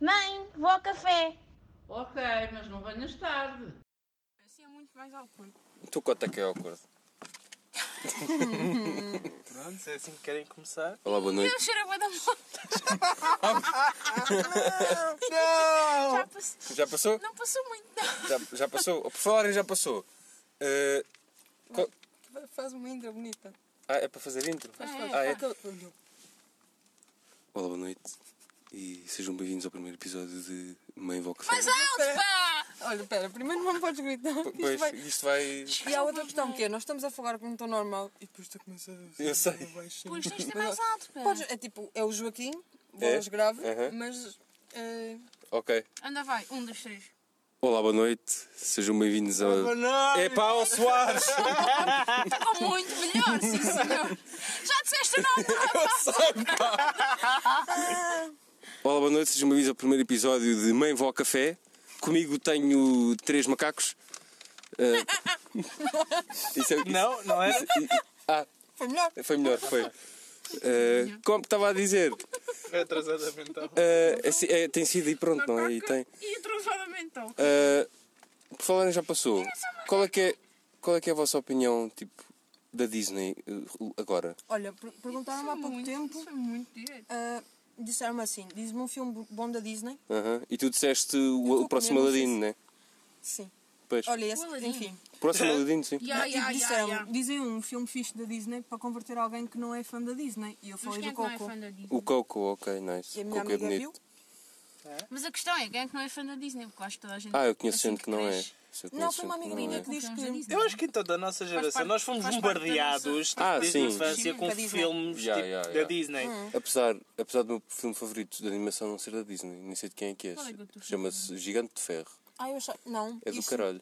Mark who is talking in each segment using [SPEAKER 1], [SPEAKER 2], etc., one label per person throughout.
[SPEAKER 1] Mãe, vou ao café.
[SPEAKER 2] Ok, mas não venhas tarde.
[SPEAKER 3] Assim é muito mais ao corpo.
[SPEAKER 4] Tu conta que é ao corpo.
[SPEAKER 5] Pronto, se é assim que querem começar.
[SPEAKER 4] Olá, boa noite.
[SPEAKER 3] Eu cheiro a da mão.
[SPEAKER 5] Não!
[SPEAKER 3] Já passou.
[SPEAKER 4] Já passou?
[SPEAKER 3] Não passou muito, não.
[SPEAKER 4] Já, já passou? Por falar, em já passou. Eh, qual-
[SPEAKER 6] Faz uma intro bonita.
[SPEAKER 4] Ah, é para fazer intro? Ah, é? Olá, boa noite. E sejam bem-vindos ao primeiro episódio de Mãe Vó Café.
[SPEAKER 3] Mas alto, pá!
[SPEAKER 6] Olha, espera, primeiro não podes gritar.
[SPEAKER 4] P-
[SPEAKER 6] Isto
[SPEAKER 4] Pois,
[SPEAKER 6] vai-
[SPEAKER 4] isto vai...
[SPEAKER 6] E há outra questão que é, nós estamos a falar com um tom normal e depois tu começas a...
[SPEAKER 4] Eu sei.
[SPEAKER 3] Pois tens de ser mais alto, pá.
[SPEAKER 6] Podes, é tipo, é o Joaquim, voz
[SPEAKER 4] É?
[SPEAKER 6] grave,
[SPEAKER 4] Aham.
[SPEAKER 6] mas... eh,
[SPEAKER 4] Ok.
[SPEAKER 3] Anda, vai. Um, dois, três.
[SPEAKER 4] Olá, boa noite. Sejam bem-vindos ao...
[SPEAKER 5] Boa noite!
[SPEAKER 4] É pá, ao Soares!
[SPEAKER 3] Ou Oh, muito melhor, sim, senhor. Já disseste o nome, rapaz.
[SPEAKER 4] Olá, boa noite. Sejam bem-vindos ao primeiro episódio de Mãe Vó Café. Comigo tenho três macacos. Eh, isso é- isso-
[SPEAKER 5] Não, não é?
[SPEAKER 4] Ah,
[SPEAKER 6] foi melhor.
[SPEAKER 4] foi melhor, foi. Eh, como estava a dizer,
[SPEAKER 5] É atrasada mental.
[SPEAKER 4] eh, é si- é, tem sido e pronto, não é? E tem.
[SPEAKER 3] E atrasada mental.
[SPEAKER 4] Eh, por falarem, já passou. Qual é, que é, qual é que é a vossa opinião, tipo, da Disney eh, agora?
[SPEAKER 6] Olha, per- perguntaram-me há pouco
[SPEAKER 3] Muito,
[SPEAKER 6] tempo,
[SPEAKER 3] Isso foi muito direto.
[SPEAKER 6] eh, disseram-me assim, diz-me um filme bom da Disney.
[SPEAKER 4] Aham. E tu disseste o, o
[SPEAKER 6] vou
[SPEAKER 4] próximo
[SPEAKER 6] comer, não sei
[SPEAKER 4] Aladino, né?
[SPEAKER 6] Sim.
[SPEAKER 4] Pois.
[SPEAKER 6] Olha, esse,
[SPEAKER 3] Aladdin.
[SPEAKER 6] enfim.
[SPEAKER 4] O próximo Aladino, sim.
[SPEAKER 3] Ya,
[SPEAKER 6] Tipo,
[SPEAKER 3] ya, ya,
[SPEAKER 6] disseram,
[SPEAKER 3] ya.
[SPEAKER 6] dizem um filme fixe da Disney para converter alguém que não é fã da Disney. E eu
[SPEAKER 3] Mas
[SPEAKER 6] falei
[SPEAKER 3] quem é
[SPEAKER 6] do
[SPEAKER 3] que não é
[SPEAKER 6] Coco.
[SPEAKER 3] fã da Disney?
[SPEAKER 4] O Coco, ok, nice.
[SPEAKER 6] E a
[SPEAKER 4] O
[SPEAKER 6] minha
[SPEAKER 4] Coco é
[SPEAKER 6] amiga
[SPEAKER 4] bonito.
[SPEAKER 6] viu.
[SPEAKER 3] Mas a questão é, quem é que não é fã da Disney? Porque eu acho que toda a gente...
[SPEAKER 4] Ah, eu conheço
[SPEAKER 3] assim
[SPEAKER 4] gente que não é.
[SPEAKER 3] cresce,
[SPEAKER 4] Eu
[SPEAKER 6] Não,
[SPEAKER 4] conheço
[SPEAKER 6] foi uma
[SPEAKER 4] gente
[SPEAKER 6] amiga
[SPEAKER 4] que não
[SPEAKER 6] minha
[SPEAKER 4] é.
[SPEAKER 6] que disse
[SPEAKER 3] Confiamos na
[SPEAKER 6] que...
[SPEAKER 3] um Disney.
[SPEAKER 5] Eu acho que em toda a nossa geração
[SPEAKER 3] parte-
[SPEAKER 5] nós fomos
[SPEAKER 3] faz parte da
[SPEAKER 5] bombardeados tipo,
[SPEAKER 4] Ah,
[SPEAKER 5] desde a
[SPEAKER 4] sim. Hum.
[SPEAKER 5] infância com
[SPEAKER 6] Da Disney.
[SPEAKER 5] filmes
[SPEAKER 4] Ya,
[SPEAKER 5] tipo,
[SPEAKER 4] ya,
[SPEAKER 5] da
[SPEAKER 4] ya.
[SPEAKER 5] Disney.
[SPEAKER 4] Apesar, apesar do meu filme favorito de animação não ser da Disney, nem sei de quem é que é.
[SPEAKER 3] Qual é que é o teu
[SPEAKER 4] Chama-se Gigante de Ferro.
[SPEAKER 6] Ah, eu achava... Não.
[SPEAKER 4] É do
[SPEAKER 6] isso-
[SPEAKER 4] caralho.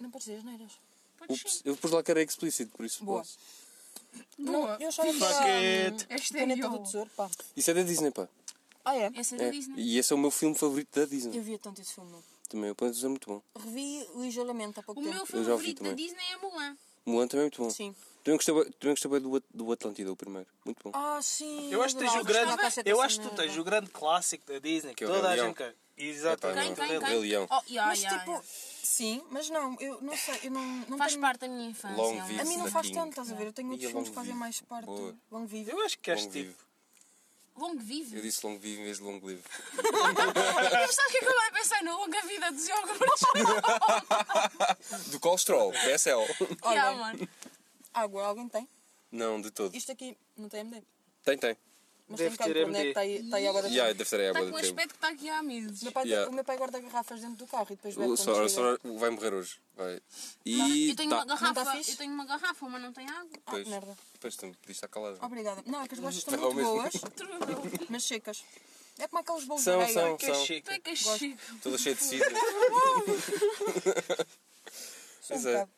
[SPEAKER 6] Não pode ser as neiras.
[SPEAKER 3] Podes
[SPEAKER 4] Ups,
[SPEAKER 3] ser.
[SPEAKER 4] eu pus lá que era explícito, por isso
[SPEAKER 6] Boa.
[SPEAKER 4] posso.
[SPEAKER 3] Boa.
[SPEAKER 6] Eu achava que era
[SPEAKER 5] Bucket.
[SPEAKER 3] Este
[SPEAKER 6] hum,
[SPEAKER 3] é
[SPEAKER 6] caneta do
[SPEAKER 3] meu.
[SPEAKER 6] tesouro, pá.
[SPEAKER 4] Isso é da Disney, pá.
[SPEAKER 6] Ah, é?
[SPEAKER 3] Essa é da
[SPEAKER 4] É.
[SPEAKER 3] Disney.
[SPEAKER 4] E esse é o meu filme favorito da Disney.
[SPEAKER 6] Eu via tanto esse filme.
[SPEAKER 4] Também, o Pantos é muito bom.
[SPEAKER 6] Revi ligeiramente há pouco
[SPEAKER 3] O
[SPEAKER 6] tempo.
[SPEAKER 3] meu
[SPEAKER 4] vi
[SPEAKER 3] favorito da
[SPEAKER 4] também.
[SPEAKER 3] Disney é Mulan.
[SPEAKER 4] Mulan também é muito bom.
[SPEAKER 6] Sim.
[SPEAKER 4] Também gostei, bué- também gostei bué do, At- do Atlântida, o primeiro. Muito bom.
[SPEAKER 6] Ah, sim.
[SPEAKER 5] Eu acho que tens o
[SPEAKER 6] adorava. Gostava da
[SPEAKER 5] grande.
[SPEAKER 6] caixa
[SPEAKER 5] Eu
[SPEAKER 6] dessa
[SPEAKER 5] acho que tu
[SPEAKER 6] merda.
[SPEAKER 5] tens o grande clássico da Disney
[SPEAKER 4] Que
[SPEAKER 5] que
[SPEAKER 4] é o Rei
[SPEAKER 5] toda a
[SPEAKER 4] Leão.
[SPEAKER 5] gente quer.
[SPEAKER 4] Quem,
[SPEAKER 5] Exatamente.
[SPEAKER 4] quem, quem? Rei Leão.
[SPEAKER 3] Oh, ya,
[SPEAKER 6] Mas
[SPEAKER 3] ya,
[SPEAKER 6] tipo,
[SPEAKER 3] ya.
[SPEAKER 6] sim, mas não. Eu não sei. Eu não, não
[SPEAKER 3] Faz
[SPEAKER 6] tenho-
[SPEAKER 3] parte da minha infância.
[SPEAKER 4] Long
[SPEAKER 3] olha.
[SPEAKER 4] vida.
[SPEAKER 6] A mim não
[SPEAKER 4] da
[SPEAKER 6] faz
[SPEAKER 4] King.
[SPEAKER 6] tanto, estás a ver? Eu tenho
[SPEAKER 4] E
[SPEAKER 6] outros
[SPEAKER 4] a
[SPEAKER 6] filmes
[SPEAKER 4] Longo
[SPEAKER 6] que fazem
[SPEAKER 4] Vivo.
[SPEAKER 6] mais parte.
[SPEAKER 4] Boa.
[SPEAKER 6] Longo Vive.
[SPEAKER 5] Eu acho que és
[SPEAKER 4] Longo
[SPEAKER 5] tipo.
[SPEAKER 4] vivo.
[SPEAKER 3] Longo
[SPEAKER 4] Eu
[SPEAKER 3] vive.
[SPEAKER 4] disse longo vivo em vez de longo livre.
[SPEAKER 3] Mas sabes o que é que eu agora pensei? Na longa vida dos iogurtes.
[SPEAKER 4] Do colesterol, BSL.
[SPEAKER 6] Olha.
[SPEAKER 3] Ya, mano.
[SPEAKER 6] Água, Ah, alguém tem?
[SPEAKER 4] não, de todo.
[SPEAKER 6] Isto aqui não tem MD.
[SPEAKER 4] Tem, tem.
[SPEAKER 6] Mas
[SPEAKER 5] Deve
[SPEAKER 6] tem um
[SPEAKER 5] ter
[SPEAKER 6] bocado de onde é que
[SPEAKER 5] MD.
[SPEAKER 6] está aí, está aí água da
[SPEAKER 4] E aí, deve ser a
[SPEAKER 3] Está
[SPEAKER 4] água
[SPEAKER 3] Tá com o
[SPEAKER 4] do tempo.
[SPEAKER 3] aspecto que está aqui há meses.
[SPEAKER 6] Meu pai-
[SPEAKER 4] Yeah.
[SPEAKER 6] O meu pai guarda garrafas dentro do carro e depois bebe
[SPEAKER 4] O
[SPEAKER 6] quando chega.
[SPEAKER 4] Sora, Sora vai morrer hoje. Vai. E.
[SPEAKER 3] eu tenho
[SPEAKER 4] tá.
[SPEAKER 3] uma garrafa,
[SPEAKER 6] Não tá fixe?
[SPEAKER 3] eu tenho uma garrafa, mas não tem água.
[SPEAKER 6] Ah,
[SPEAKER 4] Pois,
[SPEAKER 6] merda.
[SPEAKER 4] pois tu pediste estar calado.
[SPEAKER 6] Obrigada. Não, é que as bolachas estão
[SPEAKER 4] Estava
[SPEAKER 6] muito
[SPEAKER 4] ao
[SPEAKER 6] boas,
[SPEAKER 4] mesmo
[SPEAKER 3] Um
[SPEAKER 6] mas secas. É como aqueles bolos
[SPEAKER 4] São,
[SPEAKER 6] de areia.
[SPEAKER 4] são.
[SPEAKER 5] Que é chique.
[SPEAKER 3] Tu é que és chico.
[SPEAKER 4] Toda cheia de cidra.
[SPEAKER 6] São um
[SPEAKER 4] Pois é.
[SPEAKER 6] bocado.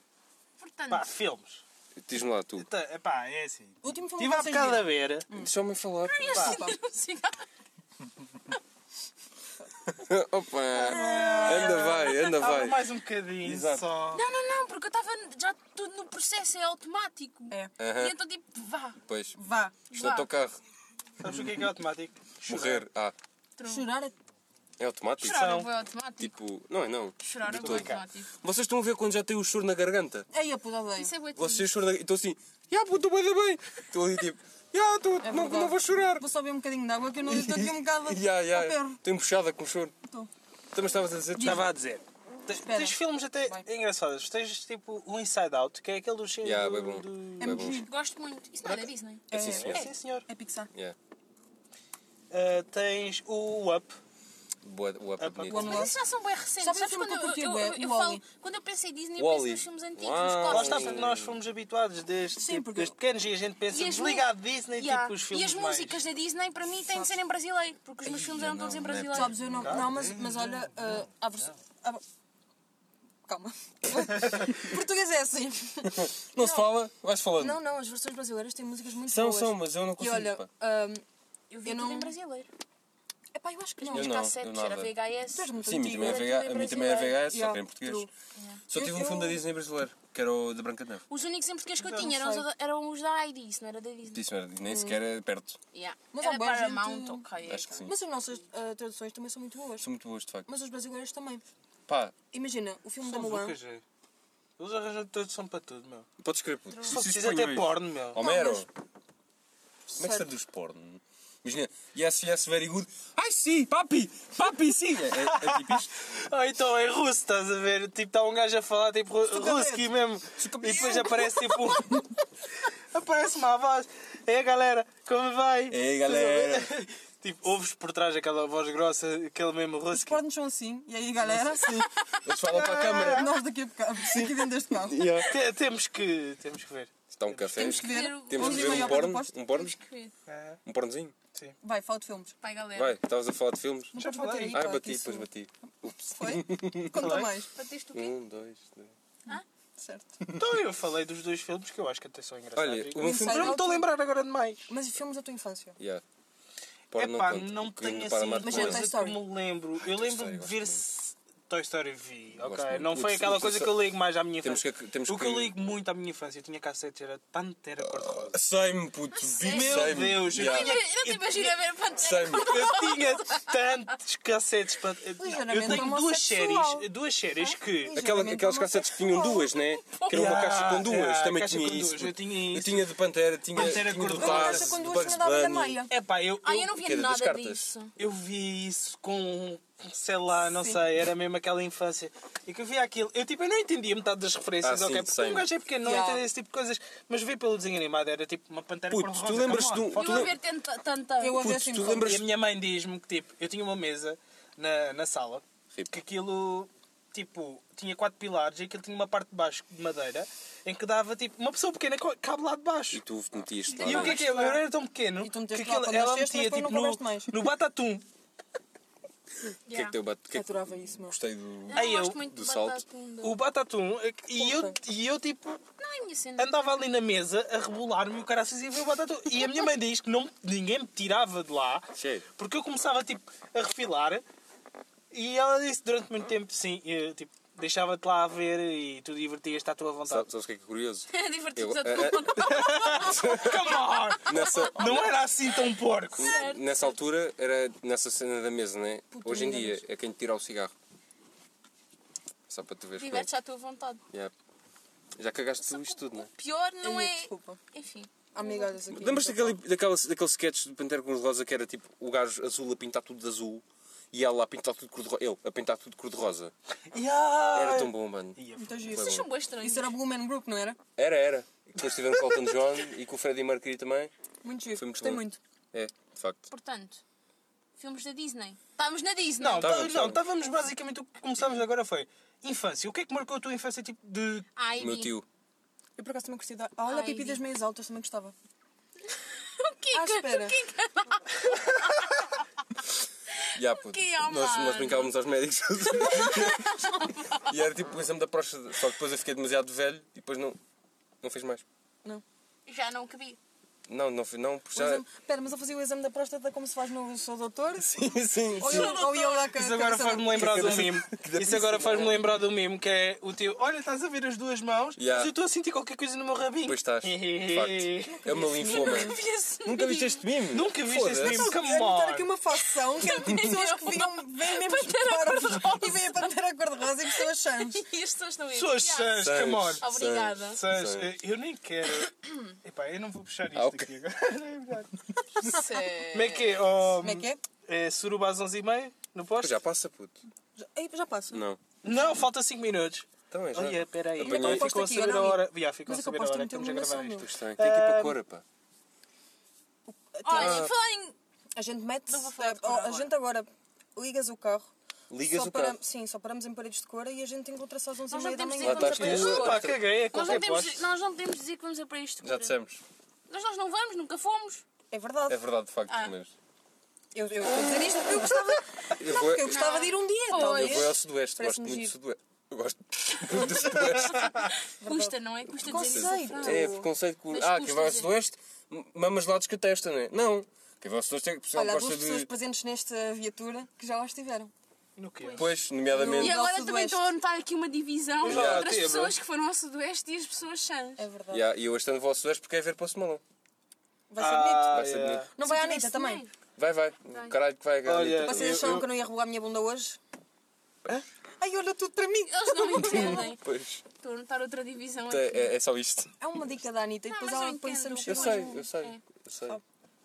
[SPEAKER 3] Portanto,
[SPEAKER 5] Pá, filmes.
[SPEAKER 4] Diz-me lá,
[SPEAKER 3] Hum.
[SPEAKER 4] tu.
[SPEAKER 5] Então, Epá, é assim.
[SPEAKER 6] O último filme
[SPEAKER 5] Estive há
[SPEAKER 6] que vocês
[SPEAKER 5] bocado a
[SPEAKER 6] viram.
[SPEAKER 5] ver.
[SPEAKER 4] Deixa-me falar.
[SPEAKER 3] não siga.
[SPEAKER 4] Opa! Anda vai, anda
[SPEAKER 5] Ah,
[SPEAKER 4] vai.
[SPEAKER 5] mais um bocadinho
[SPEAKER 4] Exato.
[SPEAKER 5] só.
[SPEAKER 3] Não, não, não, porque eu estava já tudo no processo, é automático.
[SPEAKER 6] É.
[SPEAKER 4] Aham.
[SPEAKER 3] E então tipo, vá,
[SPEAKER 4] Pois,
[SPEAKER 6] Vá.
[SPEAKER 4] estou no teu carro.
[SPEAKER 5] Sabes o que é que é automático?
[SPEAKER 4] Morrer. Ah,
[SPEAKER 6] Chorar é
[SPEAKER 4] é automático?
[SPEAKER 3] chorar
[SPEAKER 5] são,
[SPEAKER 3] não foi automático.
[SPEAKER 4] Tipo, não é não.
[SPEAKER 3] chorar
[SPEAKER 4] de
[SPEAKER 3] não foi
[SPEAKER 4] todo.
[SPEAKER 3] automático.
[SPEAKER 4] Vocês estão a ver quando já tem o choro na garganta?
[SPEAKER 6] Ei, eu puta odeio.
[SPEAKER 3] Isso é muito
[SPEAKER 4] Vocês choram na garganta. Estou assim, já, yeah, estou bem, da bem. Estou ali tipo, já, estou
[SPEAKER 6] É
[SPEAKER 4] não,
[SPEAKER 6] verdade.
[SPEAKER 4] não vou chorar.
[SPEAKER 6] Vou só beber um bocadinho de água que eu não eu estou aqui um bocado
[SPEAKER 4] Já, já,
[SPEAKER 6] a perro.
[SPEAKER 4] estou empuxada com o choro.
[SPEAKER 6] Estou.
[SPEAKER 4] Também estavas a dizer,
[SPEAKER 5] Estava a dizer. Te-
[SPEAKER 6] Espera.
[SPEAKER 5] Tens filmes até
[SPEAKER 6] Vai.
[SPEAKER 5] engraçados. Tens tipo o Inside Out, que é aquele do cheiro.
[SPEAKER 4] Já,
[SPEAKER 5] do,
[SPEAKER 4] bem bom.
[SPEAKER 5] do-
[SPEAKER 4] Bem bom.
[SPEAKER 3] Gosto muito. Isso não é da Disney.
[SPEAKER 4] É sim, senhor.
[SPEAKER 5] É, sim, senhor.
[SPEAKER 6] É É Pixar.
[SPEAKER 4] Yeah.
[SPEAKER 5] Uh, tens o Up.
[SPEAKER 4] Boa, o app é bonito.
[SPEAKER 6] One
[SPEAKER 3] Mas
[SPEAKER 6] Love.
[SPEAKER 3] isso já são bem recentes.
[SPEAKER 6] Sabe
[SPEAKER 3] Sabes
[SPEAKER 6] o filme
[SPEAKER 3] quando
[SPEAKER 6] que eu
[SPEAKER 3] eu,
[SPEAKER 6] curti,
[SPEAKER 3] eu,
[SPEAKER 6] bué?
[SPEAKER 3] eu, eu
[SPEAKER 6] Wall-E.
[SPEAKER 3] falo, quando eu penso em Disney, eu penso
[SPEAKER 4] Wall-E.
[SPEAKER 3] nos filmes antigos,
[SPEAKER 4] Uau.
[SPEAKER 3] nos
[SPEAKER 5] Lá está,
[SPEAKER 3] clássicos.
[SPEAKER 5] porque nós fomos habituados desde
[SPEAKER 6] Sim,
[SPEAKER 5] tipo,
[SPEAKER 6] porque-
[SPEAKER 5] desde pequenos e a gente pensa
[SPEAKER 3] as mu-
[SPEAKER 5] desligado Disney,
[SPEAKER 3] Yeah.
[SPEAKER 5] tipo os filmes
[SPEAKER 3] E as
[SPEAKER 5] mais-
[SPEAKER 3] músicas da Disney para mim têm de ser em brasileiro, porque os meus filmes eram todos em brasileiro.
[SPEAKER 6] Sabes, eu não. Não, mas, mas olha, ah, há versão. há- Calma. Português é assim.
[SPEAKER 4] Então. Não se fala, vais falando.
[SPEAKER 6] Não, não, as versões brasileiras têm músicas muito
[SPEAKER 4] São,
[SPEAKER 6] boas.
[SPEAKER 4] são, mas eu não
[SPEAKER 6] E
[SPEAKER 4] consigo.
[SPEAKER 6] olha,
[SPEAKER 4] pá.
[SPEAKER 6] ahm,
[SPEAKER 3] Eu vi
[SPEAKER 6] Eu
[SPEAKER 3] tudo
[SPEAKER 6] não-
[SPEAKER 3] em brasileiro.
[SPEAKER 6] epá, eu acho que não.
[SPEAKER 4] Eu
[SPEAKER 3] Os
[SPEAKER 4] não,
[SPEAKER 3] cassetes,
[SPEAKER 4] eu
[SPEAKER 3] era
[SPEAKER 4] nada.
[SPEAKER 3] VHS.
[SPEAKER 6] Tu és muito
[SPEAKER 4] Sim, a mim
[SPEAKER 6] antiga.
[SPEAKER 4] também é VH, a mim também é VHS, só
[SPEAKER 6] Yeah,
[SPEAKER 4] que é em português.
[SPEAKER 6] true.
[SPEAKER 4] Só tive um
[SPEAKER 6] Eu-
[SPEAKER 4] filme da
[SPEAKER 6] eu-
[SPEAKER 4] Disney brasileiro. que era o da Branca de Neve.
[SPEAKER 3] Os únicos em português que eu tinha eram os, da- eram os da ID, isso não era da Disney.
[SPEAKER 4] Disse, não era-
[SPEAKER 6] Hum.
[SPEAKER 4] nem sequer era perto.
[SPEAKER 3] Yeah.
[SPEAKER 6] Mas
[SPEAKER 3] era
[SPEAKER 6] há boa gente-
[SPEAKER 3] Paramount, ok.
[SPEAKER 4] Acho que sim.
[SPEAKER 6] Mas as nossas ah, traduções também são muito boas.
[SPEAKER 4] São muito boas, de facto.
[SPEAKER 6] Mas as brasileiras também.
[SPEAKER 4] Pá,
[SPEAKER 6] Imagina, o filme da
[SPEAKER 5] São
[SPEAKER 6] Mulan.
[SPEAKER 5] Lucas, é. Eles arranjam todos são para tudo, meu.
[SPEAKER 4] podes escrever puto.
[SPEAKER 5] Só
[SPEAKER 4] Isso
[SPEAKER 5] precisa
[SPEAKER 4] espanhóis.
[SPEAKER 5] até porno, meu.
[SPEAKER 4] é Homero.
[SPEAKER 6] Não,
[SPEAKER 4] Como é que se traduz porno? Imagina, yes, yes, very good. Ai, sim, papi, papi, sim. É, é, é tipo isto.
[SPEAKER 5] Ah, então é russo, estás a ver? Tipo, está um gajo a falar tipo ru- russki mesmo. E depois aparece tipo. um- aparece uma voz. É galera, como vai?
[SPEAKER 4] Ei, galera.
[SPEAKER 5] tipo, ouves por trás aquela voz grossa, aquele mesmo
[SPEAKER 6] Os
[SPEAKER 5] russki.
[SPEAKER 6] pornos são assim. E aí, galera? Sim.
[SPEAKER 4] Eles falam para a câmara.
[SPEAKER 6] Nós daqui a bocado. Aqui dentro deste carro.
[SPEAKER 5] Te- temos, que, temos que ver.
[SPEAKER 4] Está um café.
[SPEAKER 6] Temos que ver.
[SPEAKER 4] Temos que
[SPEAKER 6] Vamos
[SPEAKER 4] ver
[SPEAKER 6] amanhã
[SPEAKER 4] um
[SPEAKER 6] ao pé do
[SPEAKER 4] porno.
[SPEAKER 6] posto?
[SPEAKER 4] Um porno.
[SPEAKER 5] Ah,
[SPEAKER 4] Um pornozinho.
[SPEAKER 5] sim.
[SPEAKER 6] Vai, fala de filmes.
[SPEAKER 3] Pai, galera.
[SPEAKER 4] Vai, estavas a falar de filmes.
[SPEAKER 6] Não podes
[SPEAKER 5] falei.
[SPEAKER 6] bater aí,
[SPEAKER 4] Ai,
[SPEAKER 6] pá, é que
[SPEAKER 4] Ah, bati,
[SPEAKER 6] isso-
[SPEAKER 4] depois bati. Ups.
[SPEAKER 6] Foi? Conta
[SPEAKER 5] Falei.
[SPEAKER 6] mais.
[SPEAKER 3] Bateste o quê?
[SPEAKER 4] Um, dois, três.
[SPEAKER 6] Certo.
[SPEAKER 5] Então eu falei dos dois filmes que eu acho que até são engraçados.
[SPEAKER 4] Olha, o
[SPEAKER 5] eu
[SPEAKER 4] meu filme.
[SPEAKER 5] não me estou a lembrar agora de mais.
[SPEAKER 6] Mas e filmes da tua infância?
[SPEAKER 4] Yeah.
[SPEAKER 5] É
[SPEAKER 4] Porno
[SPEAKER 5] pá,
[SPEAKER 4] conta.
[SPEAKER 5] não
[SPEAKER 4] O que
[SPEAKER 5] tenho
[SPEAKER 4] o Paramount
[SPEAKER 5] assim
[SPEAKER 6] mas
[SPEAKER 4] conta.
[SPEAKER 6] eu
[SPEAKER 5] coisa
[SPEAKER 6] Toy
[SPEAKER 5] que
[SPEAKER 6] Story.
[SPEAKER 5] me lembro. Eu lembro
[SPEAKER 4] Story,
[SPEAKER 5] de
[SPEAKER 4] gosto
[SPEAKER 5] ver
[SPEAKER 4] muito.
[SPEAKER 5] se Toy Story vi,
[SPEAKER 4] Gosto
[SPEAKER 5] ok?
[SPEAKER 4] muito.
[SPEAKER 5] Não foi
[SPEAKER 4] O-
[SPEAKER 5] aquela
[SPEAKER 4] o-
[SPEAKER 5] coisa que eu ligo mais à minha
[SPEAKER 4] Temos
[SPEAKER 5] infância.
[SPEAKER 4] que- temos
[SPEAKER 5] o que eu
[SPEAKER 4] que-
[SPEAKER 5] ligo muito à minha infância, eu tinha cassete, era Pantera Cor-de-Rosa.
[SPEAKER 4] Sai-me,
[SPEAKER 6] Ah,
[SPEAKER 4] puto. vi,
[SPEAKER 5] assim. Meu
[SPEAKER 4] sai-me.
[SPEAKER 5] Deus, eu
[SPEAKER 4] Yeah.
[SPEAKER 3] Eu não te imagino a ver Pantera.
[SPEAKER 4] Sai-me.
[SPEAKER 5] Eu tinha tantos cassetes. Pan- Eu
[SPEAKER 6] Ligeiramente
[SPEAKER 5] tenho duas
[SPEAKER 6] homossexual.
[SPEAKER 5] séries, duas séries que.
[SPEAKER 4] Aquela,
[SPEAKER 6] Geralmente
[SPEAKER 4] aquelas
[SPEAKER 6] não
[SPEAKER 4] cassetes que tinham duas, né? Que era uma
[SPEAKER 5] Yeah,
[SPEAKER 4] caixa com duas,
[SPEAKER 5] yeah,
[SPEAKER 4] também
[SPEAKER 5] caixa
[SPEAKER 4] tinha
[SPEAKER 5] com
[SPEAKER 4] isso.
[SPEAKER 5] duas, eu tinha
[SPEAKER 4] Eu
[SPEAKER 5] isso.
[SPEAKER 4] tinha de Pantera, tinha, tinha
[SPEAKER 5] Pantera
[SPEAKER 4] do
[SPEAKER 5] cor-de-rosa.
[SPEAKER 6] Uma
[SPEAKER 4] Taz,
[SPEAKER 6] caixa com
[SPEAKER 4] do
[SPEAKER 6] duas
[SPEAKER 4] Bugs
[SPEAKER 6] na dava da
[SPEAKER 4] Bunny.
[SPEAKER 6] meia.
[SPEAKER 5] É pá, eu,
[SPEAKER 3] Ai,
[SPEAKER 5] eu-
[SPEAKER 3] eu não via
[SPEAKER 4] Queda das
[SPEAKER 3] nada
[SPEAKER 4] cartas.
[SPEAKER 3] disso.
[SPEAKER 5] eu vi isso com, sei lá, não sei, era mesmo aquela infância. E que eu via aquilo, eu tipo, eu não entendia metade das referências,
[SPEAKER 4] Ah,
[SPEAKER 5] ok?
[SPEAKER 4] sim,
[SPEAKER 5] Porque
[SPEAKER 4] sei.
[SPEAKER 5] um gajo é pequeno, não
[SPEAKER 6] Yeah.
[SPEAKER 5] entendia esse tipo de coisas, mas vi pelo desenho animado, era tipo uma pantera
[SPEAKER 4] Puto,
[SPEAKER 5] cor-de-rosa. é.
[SPEAKER 4] tu lembras-te
[SPEAKER 5] come on,
[SPEAKER 4] de um-
[SPEAKER 5] fuck.
[SPEAKER 3] Eu
[SPEAKER 4] lem-
[SPEAKER 3] a ver tanta. tanta...
[SPEAKER 6] Eu
[SPEAKER 4] Puto,
[SPEAKER 6] odeio
[SPEAKER 4] tu
[SPEAKER 6] sempre.
[SPEAKER 4] lembras-
[SPEAKER 5] E a minha mãe diz-me que tipo, eu tinha uma mesa na, na sala,
[SPEAKER 4] Rip.
[SPEAKER 5] que aquilo, tipo, tinha quatro pilares e aquilo tinha uma parte de baixo de madeira, em que dava tipo, uma pessoa pequena co- cabe lá de baixo.
[SPEAKER 4] E tu metias lá.
[SPEAKER 5] E o que é que é? Eu era tão pequeno
[SPEAKER 6] E tu
[SPEAKER 5] que
[SPEAKER 6] meteste lá
[SPEAKER 5] aquilo,
[SPEAKER 6] quando
[SPEAKER 5] ela
[SPEAKER 6] nasceste, mas
[SPEAKER 5] metia
[SPEAKER 6] depois
[SPEAKER 5] tipo
[SPEAKER 6] não
[SPEAKER 5] no,
[SPEAKER 6] comeste mais.
[SPEAKER 5] no batatum.
[SPEAKER 4] O que é que teu bate? o que é que-
[SPEAKER 6] Adorava isso, meu.
[SPEAKER 4] Gostei do.
[SPEAKER 5] Ai, eu-
[SPEAKER 3] gosto muito
[SPEAKER 4] do
[SPEAKER 3] de
[SPEAKER 4] salto.
[SPEAKER 3] Batatunda.
[SPEAKER 5] O batatum, eh, e eu, e eu tipo,
[SPEAKER 3] Não é a minha cena.
[SPEAKER 5] andava ali na mesa a rebolar-me e o cara assim o batatum. E a minha mãe diz que não, ninguém me tirava de lá
[SPEAKER 4] Cheio.
[SPEAKER 5] porque eu começava tipo a refilar. E ela disse durante muito tempo, sim, eu, tipo, deixava-te lá a ver e tu divertias-te à tua vontade.
[SPEAKER 4] Sabe- Sabes o que é que é curioso?
[SPEAKER 3] Divertidos
[SPEAKER 4] Eu- eh,
[SPEAKER 3] a todo
[SPEAKER 5] Come on!
[SPEAKER 4] Nessa,
[SPEAKER 5] Não era assim tão porco.
[SPEAKER 4] nessa altura era nessa cena da mesa, né?
[SPEAKER 6] Puta,
[SPEAKER 4] Hoje em
[SPEAKER 6] ainda
[SPEAKER 4] dia é quem te tira o cigarro. Só para tu veres. como é que-
[SPEAKER 3] Divertes à tua vontade.
[SPEAKER 4] Yeah. Já cagaste tudo isto tudo, né?
[SPEAKER 3] Pior não
[SPEAKER 6] Ai,
[SPEAKER 3] é.
[SPEAKER 6] Desculpa.
[SPEAKER 3] Enfim.
[SPEAKER 6] Há amigas aqui.
[SPEAKER 4] Lembras-te daquele, daquela, daquele sketch do Pantera Cor-de-Rosa que era tipo o gajo azul a pintar tudo de azul e ela a pintar tudo de cor-de-rosa? Ele a pintar tudo de cor-de-rosa.
[SPEAKER 5] Yeah.
[SPEAKER 4] Era tão bom, mano.
[SPEAKER 5] Ia,
[SPEAKER 6] Muito giro.
[SPEAKER 3] Vocês são boas estranhos.
[SPEAKER 6] Isso era Blue Man Group, não era?
[SPEAKER 4] Era, era. E Depois tivemos com o Elton John e com o Freddie Mercury também.
[SPEAKER 6] Muito giro.
[SPEAKER 4] Foi muito
[SPEAKER 6] Gostei
[SPEAKER 4] bom.
[SPEAKER 6] muito.
[SPEAKER 4] É, de facto.
[SPEAKER 3] Portanto, filmes da Disney. Estávamos na Disney.
[SPEAKER 5] Não,
[SPEAKER 4] Tava,
[SPEAKER 5] tá- não,
[SPEAKER 4] tava.
[SPEAKER 5] estávamos basicamente o que começámos agora foi infância. O que é que marcou a tua infância tipo de.
[SPEAKER 3] Ai,
[SPEAKER 4] O meu tio.
[SPEAKER 6] Eu por acaso também gostei da. Ah, Olha, a
[SPEAKER 3] Ai,
[SPEAKER 6] pipi das
[SPEAKER 3] Di.
[SPEAKER 6] meias altas também gostava.
[SPEAKER 3] O que
[SPEAKER 6] Ah,
[SPEAKER 3] é que-
[SPEAKER 6] espera.
[SPEAKER 3] o que é que-
[SPEAKER 4] Ya, puto.
[SPEAKER 3] Que é,
[SPEAKER 4] nós, nós
[SPEAKER 3] mano?
[SPEAKER 4] brincávamos aos médicos. e era tipo o exame da próstata. Só que depois eu fiquei demasiado velho e depois não, não fez mais.
[SPEAKER 6] Não.
[SPEAKER 3] Já não cabia.
[SPEAKER 4] Não, não, fui- não porque
[SPEAKER 6] O
[SPEAKER 4] já.
[SPEAKER 6] exame... Pera, mas eu fazia o exame da próstata como se faz no Sou Doutor?
[SPEAKER 4] Sim, sim,
[SPEAKER 6] Ou
[SPEAKER 4] sim.
[SPEAKER 6] eu, ou eu lá com a
[SPEAKER 5] Isso agora
[SPEAKER 6] cabeça-
[SPEAKER 5] faz-me lembrar do
[SPEAKER 4] cabeça-
[SPEAKER 5] mimo.
[SPEAKER 4] que deve
[SPEAKER 5] Isso agora
[SPEAKER 4] ser,
[SPEAKER 5] faz-me lembrar do mimo, que é o teu. Olha, estás a ver as duas mãos,
[SPEAKER 4] Yeah.
[SPEAKER 5] mas eu estou a sentir qualquer coisa no meu rabinho.
[SPEAKER 4] Depois estás. De facto. É o meu linfoma. Nunca viste este mimo?
[SPEAKER 5] Nunca viste este
[SPEAKER 3] Então,
[SPEAKER 4] Foda-se.
[SPEAKER 5] mimo, come
[SPEAKER 6] Quero É notar aqui
[SPEAKER 5] on.
[SPEAKER 6] uma facção que é tipo pessoas que vinham, vêm mesmo para e vêm a pantera cor-de-rosa e pessoas chãs.
[SPEAKER 3] E as pessoas não iam.
[SPEAKER 5] Suas
[SPEAKER 3] Já.
[SPEAKER 5] sãs,
[SPEAKER 4] Sãs.
[SPEAKER 5] come on.
[SPEAKER 3] Obrigada.
[SPEAKER 5] Sãs,
[SPEAKER 4] Sãs.
[SPEAKER 5] eu nem quero. Epá, eu não vou puxar isto
[SPEAKER 4] Ah, ok.
[SPEAKER 5] aqui agora. É verdade.
[SPEAKER 3] Sério.
[SPEAKER 5] Como é que é? Oh,
[SPEAKER 6] Como é que é?
[SPEAKER 5] é suruba às 11h30? Não posso?
[SPEAKER 4] Já passa, puto.
[SPEAKER 6] Já, aí já passo.
[SPEAKER 4] Não.
[SPEAKER 5] Não, falta 5 minutos.
[SPEAKER 4] Então é já.
[SPEAKER 5] Olha, peraí.
[SPEAKER 4] Apanhei.
[SPEAKER 5] Agora Ficou a
[SPEAKER 6] Aposto aqui,
[SPEAKER 5] saber a
[SPEAKER 6] olha ali.
[SPEAKER 5] hora. Já,
[SPEAKER 6] Mas é que
[SPEAKER 5] ficou a
[SPEAKER 6] eu
[SPEAKER 5] saber a
[SPEAKER 6] aposto
[SPEAKER 5] hora
[SPEAKER 6] muito
[SPEAKER 5] que estamos a
[SPEAKER 6] iluminação,
[SPEAKER 5] gravar isto.
[SPEAKER 6] meu.
[SPEAKER 4] Pois tem. Tem que ir para a
[SPEAKER 5] Ah.
[SPEAKER 4] cor, pá.
[SPEAKER 3] Olhem, falem.
[SPEAKER 6] A gente mete.
[SPEAKER 3] Não vou falar de
[SPEAKER 6] a,
[SPEAKER 3] cor
[SPEAKER 6] a
[SPEAKER 3] agora.
[SPEAKER 6] gente agora ligas o carro.
[SPEAKER 4] Ligas
[SPEAKER 6] só
[SPEAKER 4] o carro.
[SPEAKER 6] para- Sim, só paramos em paredes de cor e a gente encontra-se às 11
[SPEAKER 3] Nós
[SPEAKER 6] h
[SPEAKER 3] não
[SPEAKER 6] 30 da
[SPEAKER 3] temos
[SPEAKER 6] manhã.
[SPEAKER 3] de
[SPEAKER 4] Lá está
[SPEAKER 3] encontrar
[SPEAKER 4] as
[SPEAKER 3] pessoas.
[SPEAKER 4] pessoas.
[SPEAKER 5] Pá, caguei,
[SPEAKER 3] Nós
[SPEAKER 5] é
[SPEAKER 3] não,
[SPEAKER 5] qualquer
[SPEAKER 3] temos,
[SPEAKER 5] posto.
[SPEAKER 3] nós não temos de dizer que vamos a para isto.
[SPEAKER 4] Já dissemos.
[SPEAKER 3] Mas nós não vamos, nunca fomos.
[SPEAKER 6] É verdade.
[SPEAKER 4] É verdade, de facto,
[SPEAKER 3] Ah.
[SPEAKER 4] mas.
[SPEAKER 6] Eu, eu estou a dizer isto porque eu gostava,
[SPEAKER 4] Eu
[SPEAKER 6] não,
[SPEAKER 4] vou-
[SPEAKER 6] porque eu gostava de ir um dia,
[SPEAKER 3] Pois.
[SPEAKER 6] talvez.
[SPEAKER 4] Eu vou ao Sudoeste, gosto
[SPEAKER 6] Parece-me
[SPEAKER 4] muito do
[SPEAKER 6] giro.
[SPEAKER 4] Sudoeste. Eu gosto muito do Sudoeste.
[SPEAKER 3] Custa, não é? Custa dizer
[SPEAKER 6] Preconceito.
[SPEAKER 3] isso.
[SPEAKER 4] É preconceito que.
[SPEAKER 3] Mas
[SPEAKER 4] Ah,
[SPEAKER 3] custa
[SPEAKER 4] quem vai ao
[SPEAKER 3] dizer.
[SPEAKER 4] Sudoeste m- mamas lados que a testa, não é? Não. Quem vai ao Sudoeste é que o pessoal
[SPEAKER 6] Olha, há duas
[SPEAKER 4] gosta
[SPEAKER 6] pessoas
[SPEAKER 4] de.
[SPEAKER 6] presentes nesta viatura que já lá estiveram.
[SPEAKER 5] No quê?
[SPEAKER 4] Pois, nomeadamente.
[SPEAKER 3] E
[SPEAKER 6] Ao
[SPEAKER 3] agora também
[SPEAKER 6] Sudoeste.
[SPEAKER 3] estou a notar aqui uma divisão
[SPEAKER 5] Já,
[SPEAKER 3] entre as
[SPEAKER 5] teve.
[SPEAKER 3] pessoas que foram ao Sudoeste e as pessoas sãs.
[SPEAKER 6] É verdade.
[SPEAKER 4] Yeah, E eu estando vosso dois porque é ver para o Semalão.
[SPEAKER 6] Vai ser
[SPEAKER 3] Ah,
[SPEAKER 6] bonito.
[SPEAKER 4] Vai
[SPEAKER 5] Ah,
[SPEAKER 4] ser bonito.
[SPEAKER 6] Não vai a Anitta também.
[SPEAKER 4] Vai, vai. Caralho que vai.
[SPEAKER 5] Olha,
[SPEAKER 4] Anitta.
[SPEAKER 6] Vocês
[SPEAKER 5] Eu-
[SPEAKER 6] acharam
[SPEAKER 5] eu-
[SPEAKER 6] que eu não ia arrugar a minha bunda hoje?
[SPEAKER 4] É?
[SPEAKER 6] Ai, olha tudo para mim.
[SPEAKER 3] Eles não me entendem.
[SPEAKER 4] Pois,
[SPEAKER 3] Estou a notar outra divisão aqui.
[SPEAKER 4] é, é só isto.
[SPEAKER 6] Há uma dica da Anitta e
[SPEAKER 3] Não,
[SPEAKER 6] depois
[SPEAKER 3] mas
[SPEAKER 6] ela
[SPEAKER 3] eu
[SPEAKER 6] põe
[SPEAKER 3] entendo.
[SPEAKER 6] nos
[SPEAKER 4] Eu
[SPEAKER 3] Sim.
[SPEAKER 4] sei,
[SPEAKER 6] seus.
[SPEAKER 4] eu sei.
[SPEAKER 3] É.
[SPEAKER 4] Eu sei.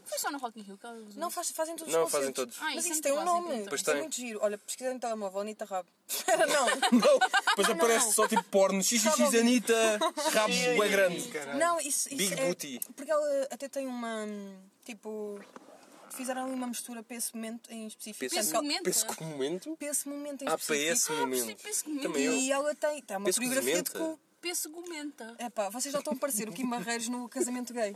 [SPEAKER 3] Foi só no Rock in Rio que eles
[SPEAKER 6] Não, faz, fazem todos os
[SPEAKER 4] Não, fazem
[SPEAKER 6] concertos.
[SPEAKER 4] todos.
[SPEAKER 3] Ah,
[SPEAKER 6] Mas
[SPEAKER 3] isso é
[SPEAKER 6] isso
[SPEAKER 3] muito
[SPEAKER 6] tem um
[SPEAKER 3] básico,
[SPEAKER 6] nome.
[SPEAKER 3] então.
[SPEAKER 4] Pois
[SPEAKER 6] Isso é
[SPEAKER 4] tem.
[SPEAKER 6] muito giro. Olha, pesquisa no telemóvel, Anitta Rabo. Espera, não.
[SPEAKER 4] Não, depois aparece só tipo porno.
[SPEAKER 6] Rabo.
[SPEAKER 4] XXX Anitta, rabo é grande.
[SPEAKER 6] Não, isso, isso
[SPEAKER 4] Big
[SPEAKER 6] é...
[SPEAKER 4] booty.
[SPEAKER 6] Porque ela até tem uma, tipo... Fizeram ali uma mistura para esse momento em específico.
[SPEAKER 4] Penso-
[SPEAKER 6] Portanto, ela-
[SPEAKER 3] momento?
[SPEAKER 4] Penso que momento.
[SPEAKER 6] Para esse momento em
[SPEAKER 4] Ah, para
[SPEAKER 6] específico.
[SPEAKER 4] esse momento.
[SPEAKER 3] penso que
[SPEAKER 4] Também eu.
[SPEAKER 6] E ela tem, tem uma
[SPEAKER 4] Penso que
[SPEAKER 6] coreografia de
[SPEAKER 4] comenta.
[SPEAKER 6] cu.
[SPEAKER 3] Penso gomenta.
[SPEAKER 6] Epá, vocês já estão a parecer o Kim Barreiros no casamento gay.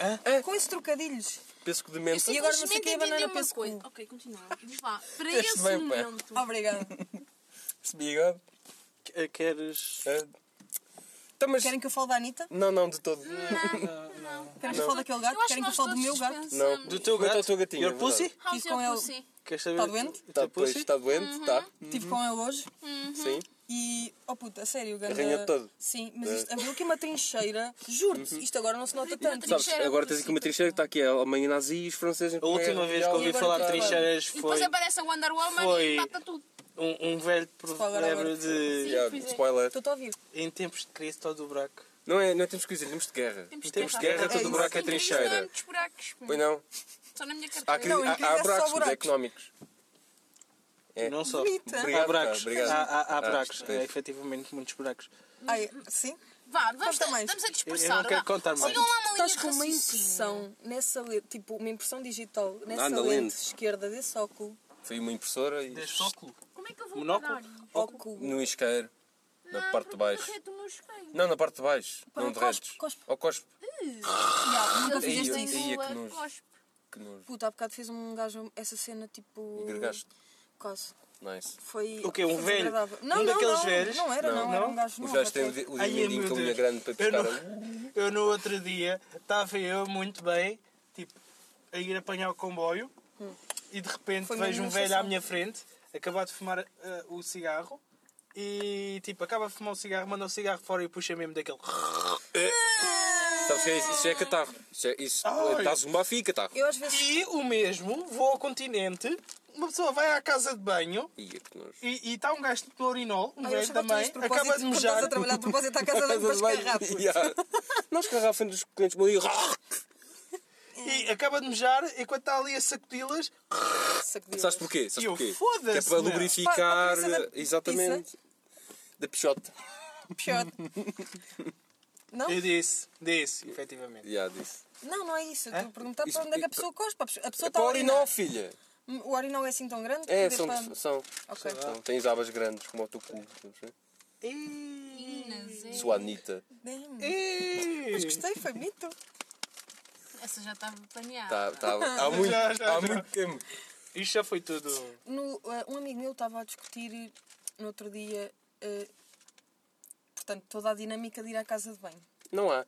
[SPEAKER 4] Ah?
[SPEAKER 6] Com esses trocadilhos.
[SPEAKER 4] Penso que de mente.
[SPEAKER 6] E agora não sei quem é a banana
[SPEAKER 3] uma
[SPEAKER 6] penso
[SPEAKER 3] coisa.
[SPEAKER 6] cu.
[SPEAKER 3] Ok, continua. Diz lá. Para
[SPEAKER 4] Este
[SPEAKER 3] esse
[SPEAKER 4] bem, pá.
[SPEAKER 3] momento.
[SPEAKER 6] Obrigada.
[SPEAKER 4] Esse bigode.
[SPEAKER 5] Eh, Queres.
[SPEAKER 4] é. Tá, mas-
[SPEAKER 6] Querem que eu fale da Anitta?
[SPEAKER 4] Não, não, de todo.
[SPEAKER 3] Hum,
[SPEAKER 6] Querem que eu fale daquele gato?
[SPEAKER 3] acho
[SPEAKER 6] Querem que eu
[SPEAKER 3] nós
[SPEAKER 6] fale do
[SPEAKER 3] todos
[SPEAKER 6] meu gato?
[SPEAKER 3] dispensamos.
[SPEAKER 4] Não.
[SPEAKER 5] Do teu
[SPEAKER 4] Gato
[SPEAKER 5] gato?
[SPEAKER 4] ou gatinha,
[SPEAKER 5] Your
[SPEAKER 4] é
[SPEAKER 5] pussy?
[SPEAKER 3] How's
[SPEAKER 6] Fiz
[SPEAKER 3] your
[SPEAKER 6] com ele.
[SPEAKER 3] pussy?
[SPEAKER 5] Queres saber?
[SPEAKER 6] Tá doente?
[SPEAKER 5] o
[SPEAKER 4] Tá,
[SPEAKER 5] teu
[SPEAKER 4] pois,
[SPEAKER 5] pussy?
[SPEAKER 4] está doente,
[SPEAKER 3] Uhum,
[SPEAKER 4] está.
[SPEAKER 6] Estive com ele hoje
[SPEAKER 4] Sim.
[SPEAKER 6] e. Oh puta, sério, ganda.
[SPEAKER 4] Arranhou todo.
[SPEAKER 6] Sim, mas isto abriu aqui uma trincheira. Juro-te, isto agora não se nota tanto.
[SPEAKER 4] Sabes,
[SPEAKER 3] Trincheira,
[SPEAKER 4] agora tens aqui uma trincheira que está aqui, é a Alemanha nazi e os franceses.
[SPEAKER 5] A última vez que
[SPEAKER 4] é?
[SPEAKER 5] ouvi
[SPEAKER 6] agora
[SPEAKER 5] falar de
[SPEAKER 6] tá-
[SPEAKER 5] trincheiras
[SPEAKER 3] E depois
[SPEAKER 5] foi
[SPEAKER 3] aparece a Wonder Woman
[SPEAKER 5] foi-
[SPEAKER 3] e mata tudo.
[SPEAKER 5] um, um velho
[SPEAKER 6] falar agora.
[SPEAKER 5] provérbio de.
[SPEAKER 4] Yeah,
[SPEAKER 3] pois é.
[SPEAKER 4] spoiler.
[SPEAKER 6] Estou-te a ouvir.
[SPEAKER 5] Em tempos de crise, todo o buraco.
[SPEAKER 4] Não é, não é temos que dizer, temos de guerra.
[SPEAKER 3] Temos de
[SPEAKER 4] Temos de
[SPEAKER 3] guerra.
[SPEAKER 4] guerra,
[SPEAKER 6] É
[SPEAKER 4] todo
[SPEAKER 6] isso.
[SPEAKER 4] buraco é
[SPEAKER 3] Em crise não há
[SPEAKER 4] trincheira.
[SPEAKER 3] muitos buracos.
[SPEAKER 4] Pois não.
[SPEAKER 3] Só na minha
[SPEAKER 4] Há,
[SPEAKER 3] carteira.
[SPEAKER 4] cri-
[SPEAKER 6] Não, em
[SPEAKER 4] há-
[SPEAKER 6] crise é
[SPEAKER 4] há
[SPEAKER 6] só
[SPEAKER 4] buracos, mas
[SPEAKER 6] buracos.
[SPEAKER 4] é económicos. É.
[SPEAKER 5] Não só.
[SPEAKER 6] Bonita.
[SPEAKER 4] Obrigado,
[SPEAKER 5] há buracos.
[SPEAKER 4] pá, obrigado.
[SPEAKER 5] Há, há- há
[SPEAKER 4] Ah,
[SPEAKER 5] buracos. é.
[SPEAKER 4] pois.
[SPEAKER 5] Há efetivamente muitos buracos.
[SPEAKER 3] Uhum.
[SPEAKER 6] Ai, sim?
[SPEAKER 3] Vá, vamos,
[SPEAKER 6] Conta mais.
[SPEAKER 3] estamos a dispersar.
[SPEAKER 5] Eu não quero
[SPEAKER 3] vá.
[SPEAKER 5] contar mais.
[SPEAKER 3] Sigam lá uma linha
[SPEAKER 6] Estás
[SPEAKER 3] de
[SPEAKER 6] com uma
[SPEAKER 3] raciocínio.
[SPEAKER 6] impressão nessa lente, tipo, uma impressão digital nessa
[SPEAKER 4] Ah, na
[SPEAKER 6] lente,
[SPEAKER 4] lente.
[SPEAKER 6] esquerda desse óculo.
[SPEAKER 4] Foi uma impressora e
[SPEAKER 5] óculo.
[SPEAKER 3] Como é que eu vou
[SPEAKER 5] Monóculo?
[SPEAKER 3] parar?
[SPEAKER 6] Óculo.
[SPEAKER 4] no isqueiro, na parte de baixo. Não, na parte de baixo.
[SPEAKER 6] Pá,
[SPEAKER 4] não
[SPEAKER 6] cospe,
[SPEAKER 4] de restos.
[SPEAKER 6] cospe.
[SPEAKER 4] Ou cospe.
[SPEAKER 6] Yeah, nunca
[SPEAKER 4] Ei,
[SPEAKER 6] fizeste
[SPEAKER 4] ei,
[SPEAKER 6] isso.
[SPEAKER 4] ei, que nojo.
[SPEAKER 3] Cospe.
[SPEAKER 4] Que nojo.
[SPEAKER 6] Puta, há bocado fez um gajo essa cena tipo.
[SPEAKER 4] E gregaste.
[SPEAKER 6] Quase.
[SPEAKER 4] Nice.
[SPEAKER 6] Foi.
[SPEAKER 5] O quê, um
[SPEAKER 6] foi
[SPEAKER 5] velho?
[SPEAKER 6] desagradável. Não,
[SPEAKER 5] Um
[SPEAKER 6] não,
[SPEAKER 5] daqueles
[SPEAKER 6] não,
[SPEAKER 5] velhos?
[SPEAKER 6] Não era, não,
[SPEAKER 5] Não?
[SPEAKER 6] era um gajo
[SPEAKER 4] Os
[SPEAKER 6] novo.
[SPEAKER 4] gajos têm o
[SPEAKER 6] até.
[SPEAKER 4] di- o
[SPEAKER 5] Ai, meu
[SPEAKER 4] dindinho com a unha
[SPEAKER 5] Deus.
[SPEAKER 4] grande para
[SPEAKER 5] Eu
[SPEAKER 4] pescar. a-
[SPEAKER 5] no, eu no outro dia estava eu muito bem, tipo, a ir apanhar o comboio e de repente
[SPEAKER 6] Foi
[SPEAKER 5] vejo
[SPEAKER 6] mesmo
[SPEAKER 5] um
[SPEAKER 6] na
[SPEAKER 5] velho à
[SPEAKER 6] estação.
[SPEAKER 5] minha frente, acabar de fumar ah, o cigarro e tipo, acaba de fumar o cigarro, manda o cigarro fora e puxa mesmo daquele.
[SPEAKER 4] Sabes o que é isso? Isso é catarro. Isso é isso.
[SPEAKER 5] Ai.
[SPEAKER 4] Estás uma fia catarro.
[SPEAKER 6] Eu às vezes.
[SPEAKER 5] E o mesmo, vou ao continente, uma pessoa vai à casa de banho
[SPEAKER 4] Ia, é que nojo.
[SPEAKER 5] e está um gajo tipo no urinol, um
[SPEAKER 6] Ai, eu
[SPEAKER 5] velho
[SPEAKER 6] achava que tu ias
[SPEAKER 5] também, um
[SPEAKER 6] propósito,
[SPEAKER 5] acaba de
[SPEAKER 6] quando Estás
[SPEAKER 5] mejar.
[SPEAKER 6] a trabalhar de propósito à casa de banho para escarrar.
[SPEAKER 4] Yeah. Nós garrafamos dos clientes bom, e
[SPEAKER 5] E acaba de mejar, enquanto está ali a sacudi-las,
[SPEAKER 6] Sacudiu.
[SPEAKER 4] Sabes porquê? Sabes
[SPEAKER 5] Eu,
[SPEAKER 4] porquê?
[SPEAKER 5] foda-se,
[SPEAKER 4] Que é para
[SPEAKER 5] meu.
[SPEAKER 4] lubrificar.
[SPEAKER 6] Pá, para a pizza da-
[SPEAKER 4] Exatamente. Da pichota.
[SPEAKER 6] Pior. Não?
[SPEAKER 4] É.
[SPEAKER 5] eu disse, disse, efetivamente.
[SPEAKER 4] Yeah, disse.
[SPEAKER 6] Não, não é isso. Eu estou a perguntar
[SPEAKER 4] Isso-
[SPEAKER 6] para onde é que a pessoa cospe. A pessoa a pessoa
[SPEAKER 4] É
[SPEAKER 6] está
[SPEAKER 4] para
[SPEAKER 6] a
[SPEAKER 4] o
[SPEAKER 6] urinar.
[SPEAKER 4] urinol, filha.
[SPEAKER 6] O urinol é assim tão grande?
[SPEAKER 4] É,
[SPEAKER 6] que
[SPEAKER 4] são,
[SPEAKER 6] dê para-
[SPEAKER 4] são,
[SPEAKER 6] Ok.
[SPEAKER 4] são. Tens abas grandes como o teu cu. não sei. Sua Anitta. É.
[SPEAKER 6] Damn.
[SPEAKER 5] E...
[SPEAKER 6] Mas gostei, foi bonito.
[SPEAKER 3] Essa já estava planeada.
[SPEAKER 4] Tá, tá, há muito,
[SPEAKER 5] Já, já,
[SPEAKER 4] há um
[SPEAKER 5] já.
[SPEAKER 4] muito tempo.
[SPEAKER 5] Isto já foi tudo.
[SPEAKER 6] No, eh, um amigo meu estava a discutir no outro dia, eh, portanto, toda a dinâmica de ir à casa de banho.
[SPEAKER 4] Não há.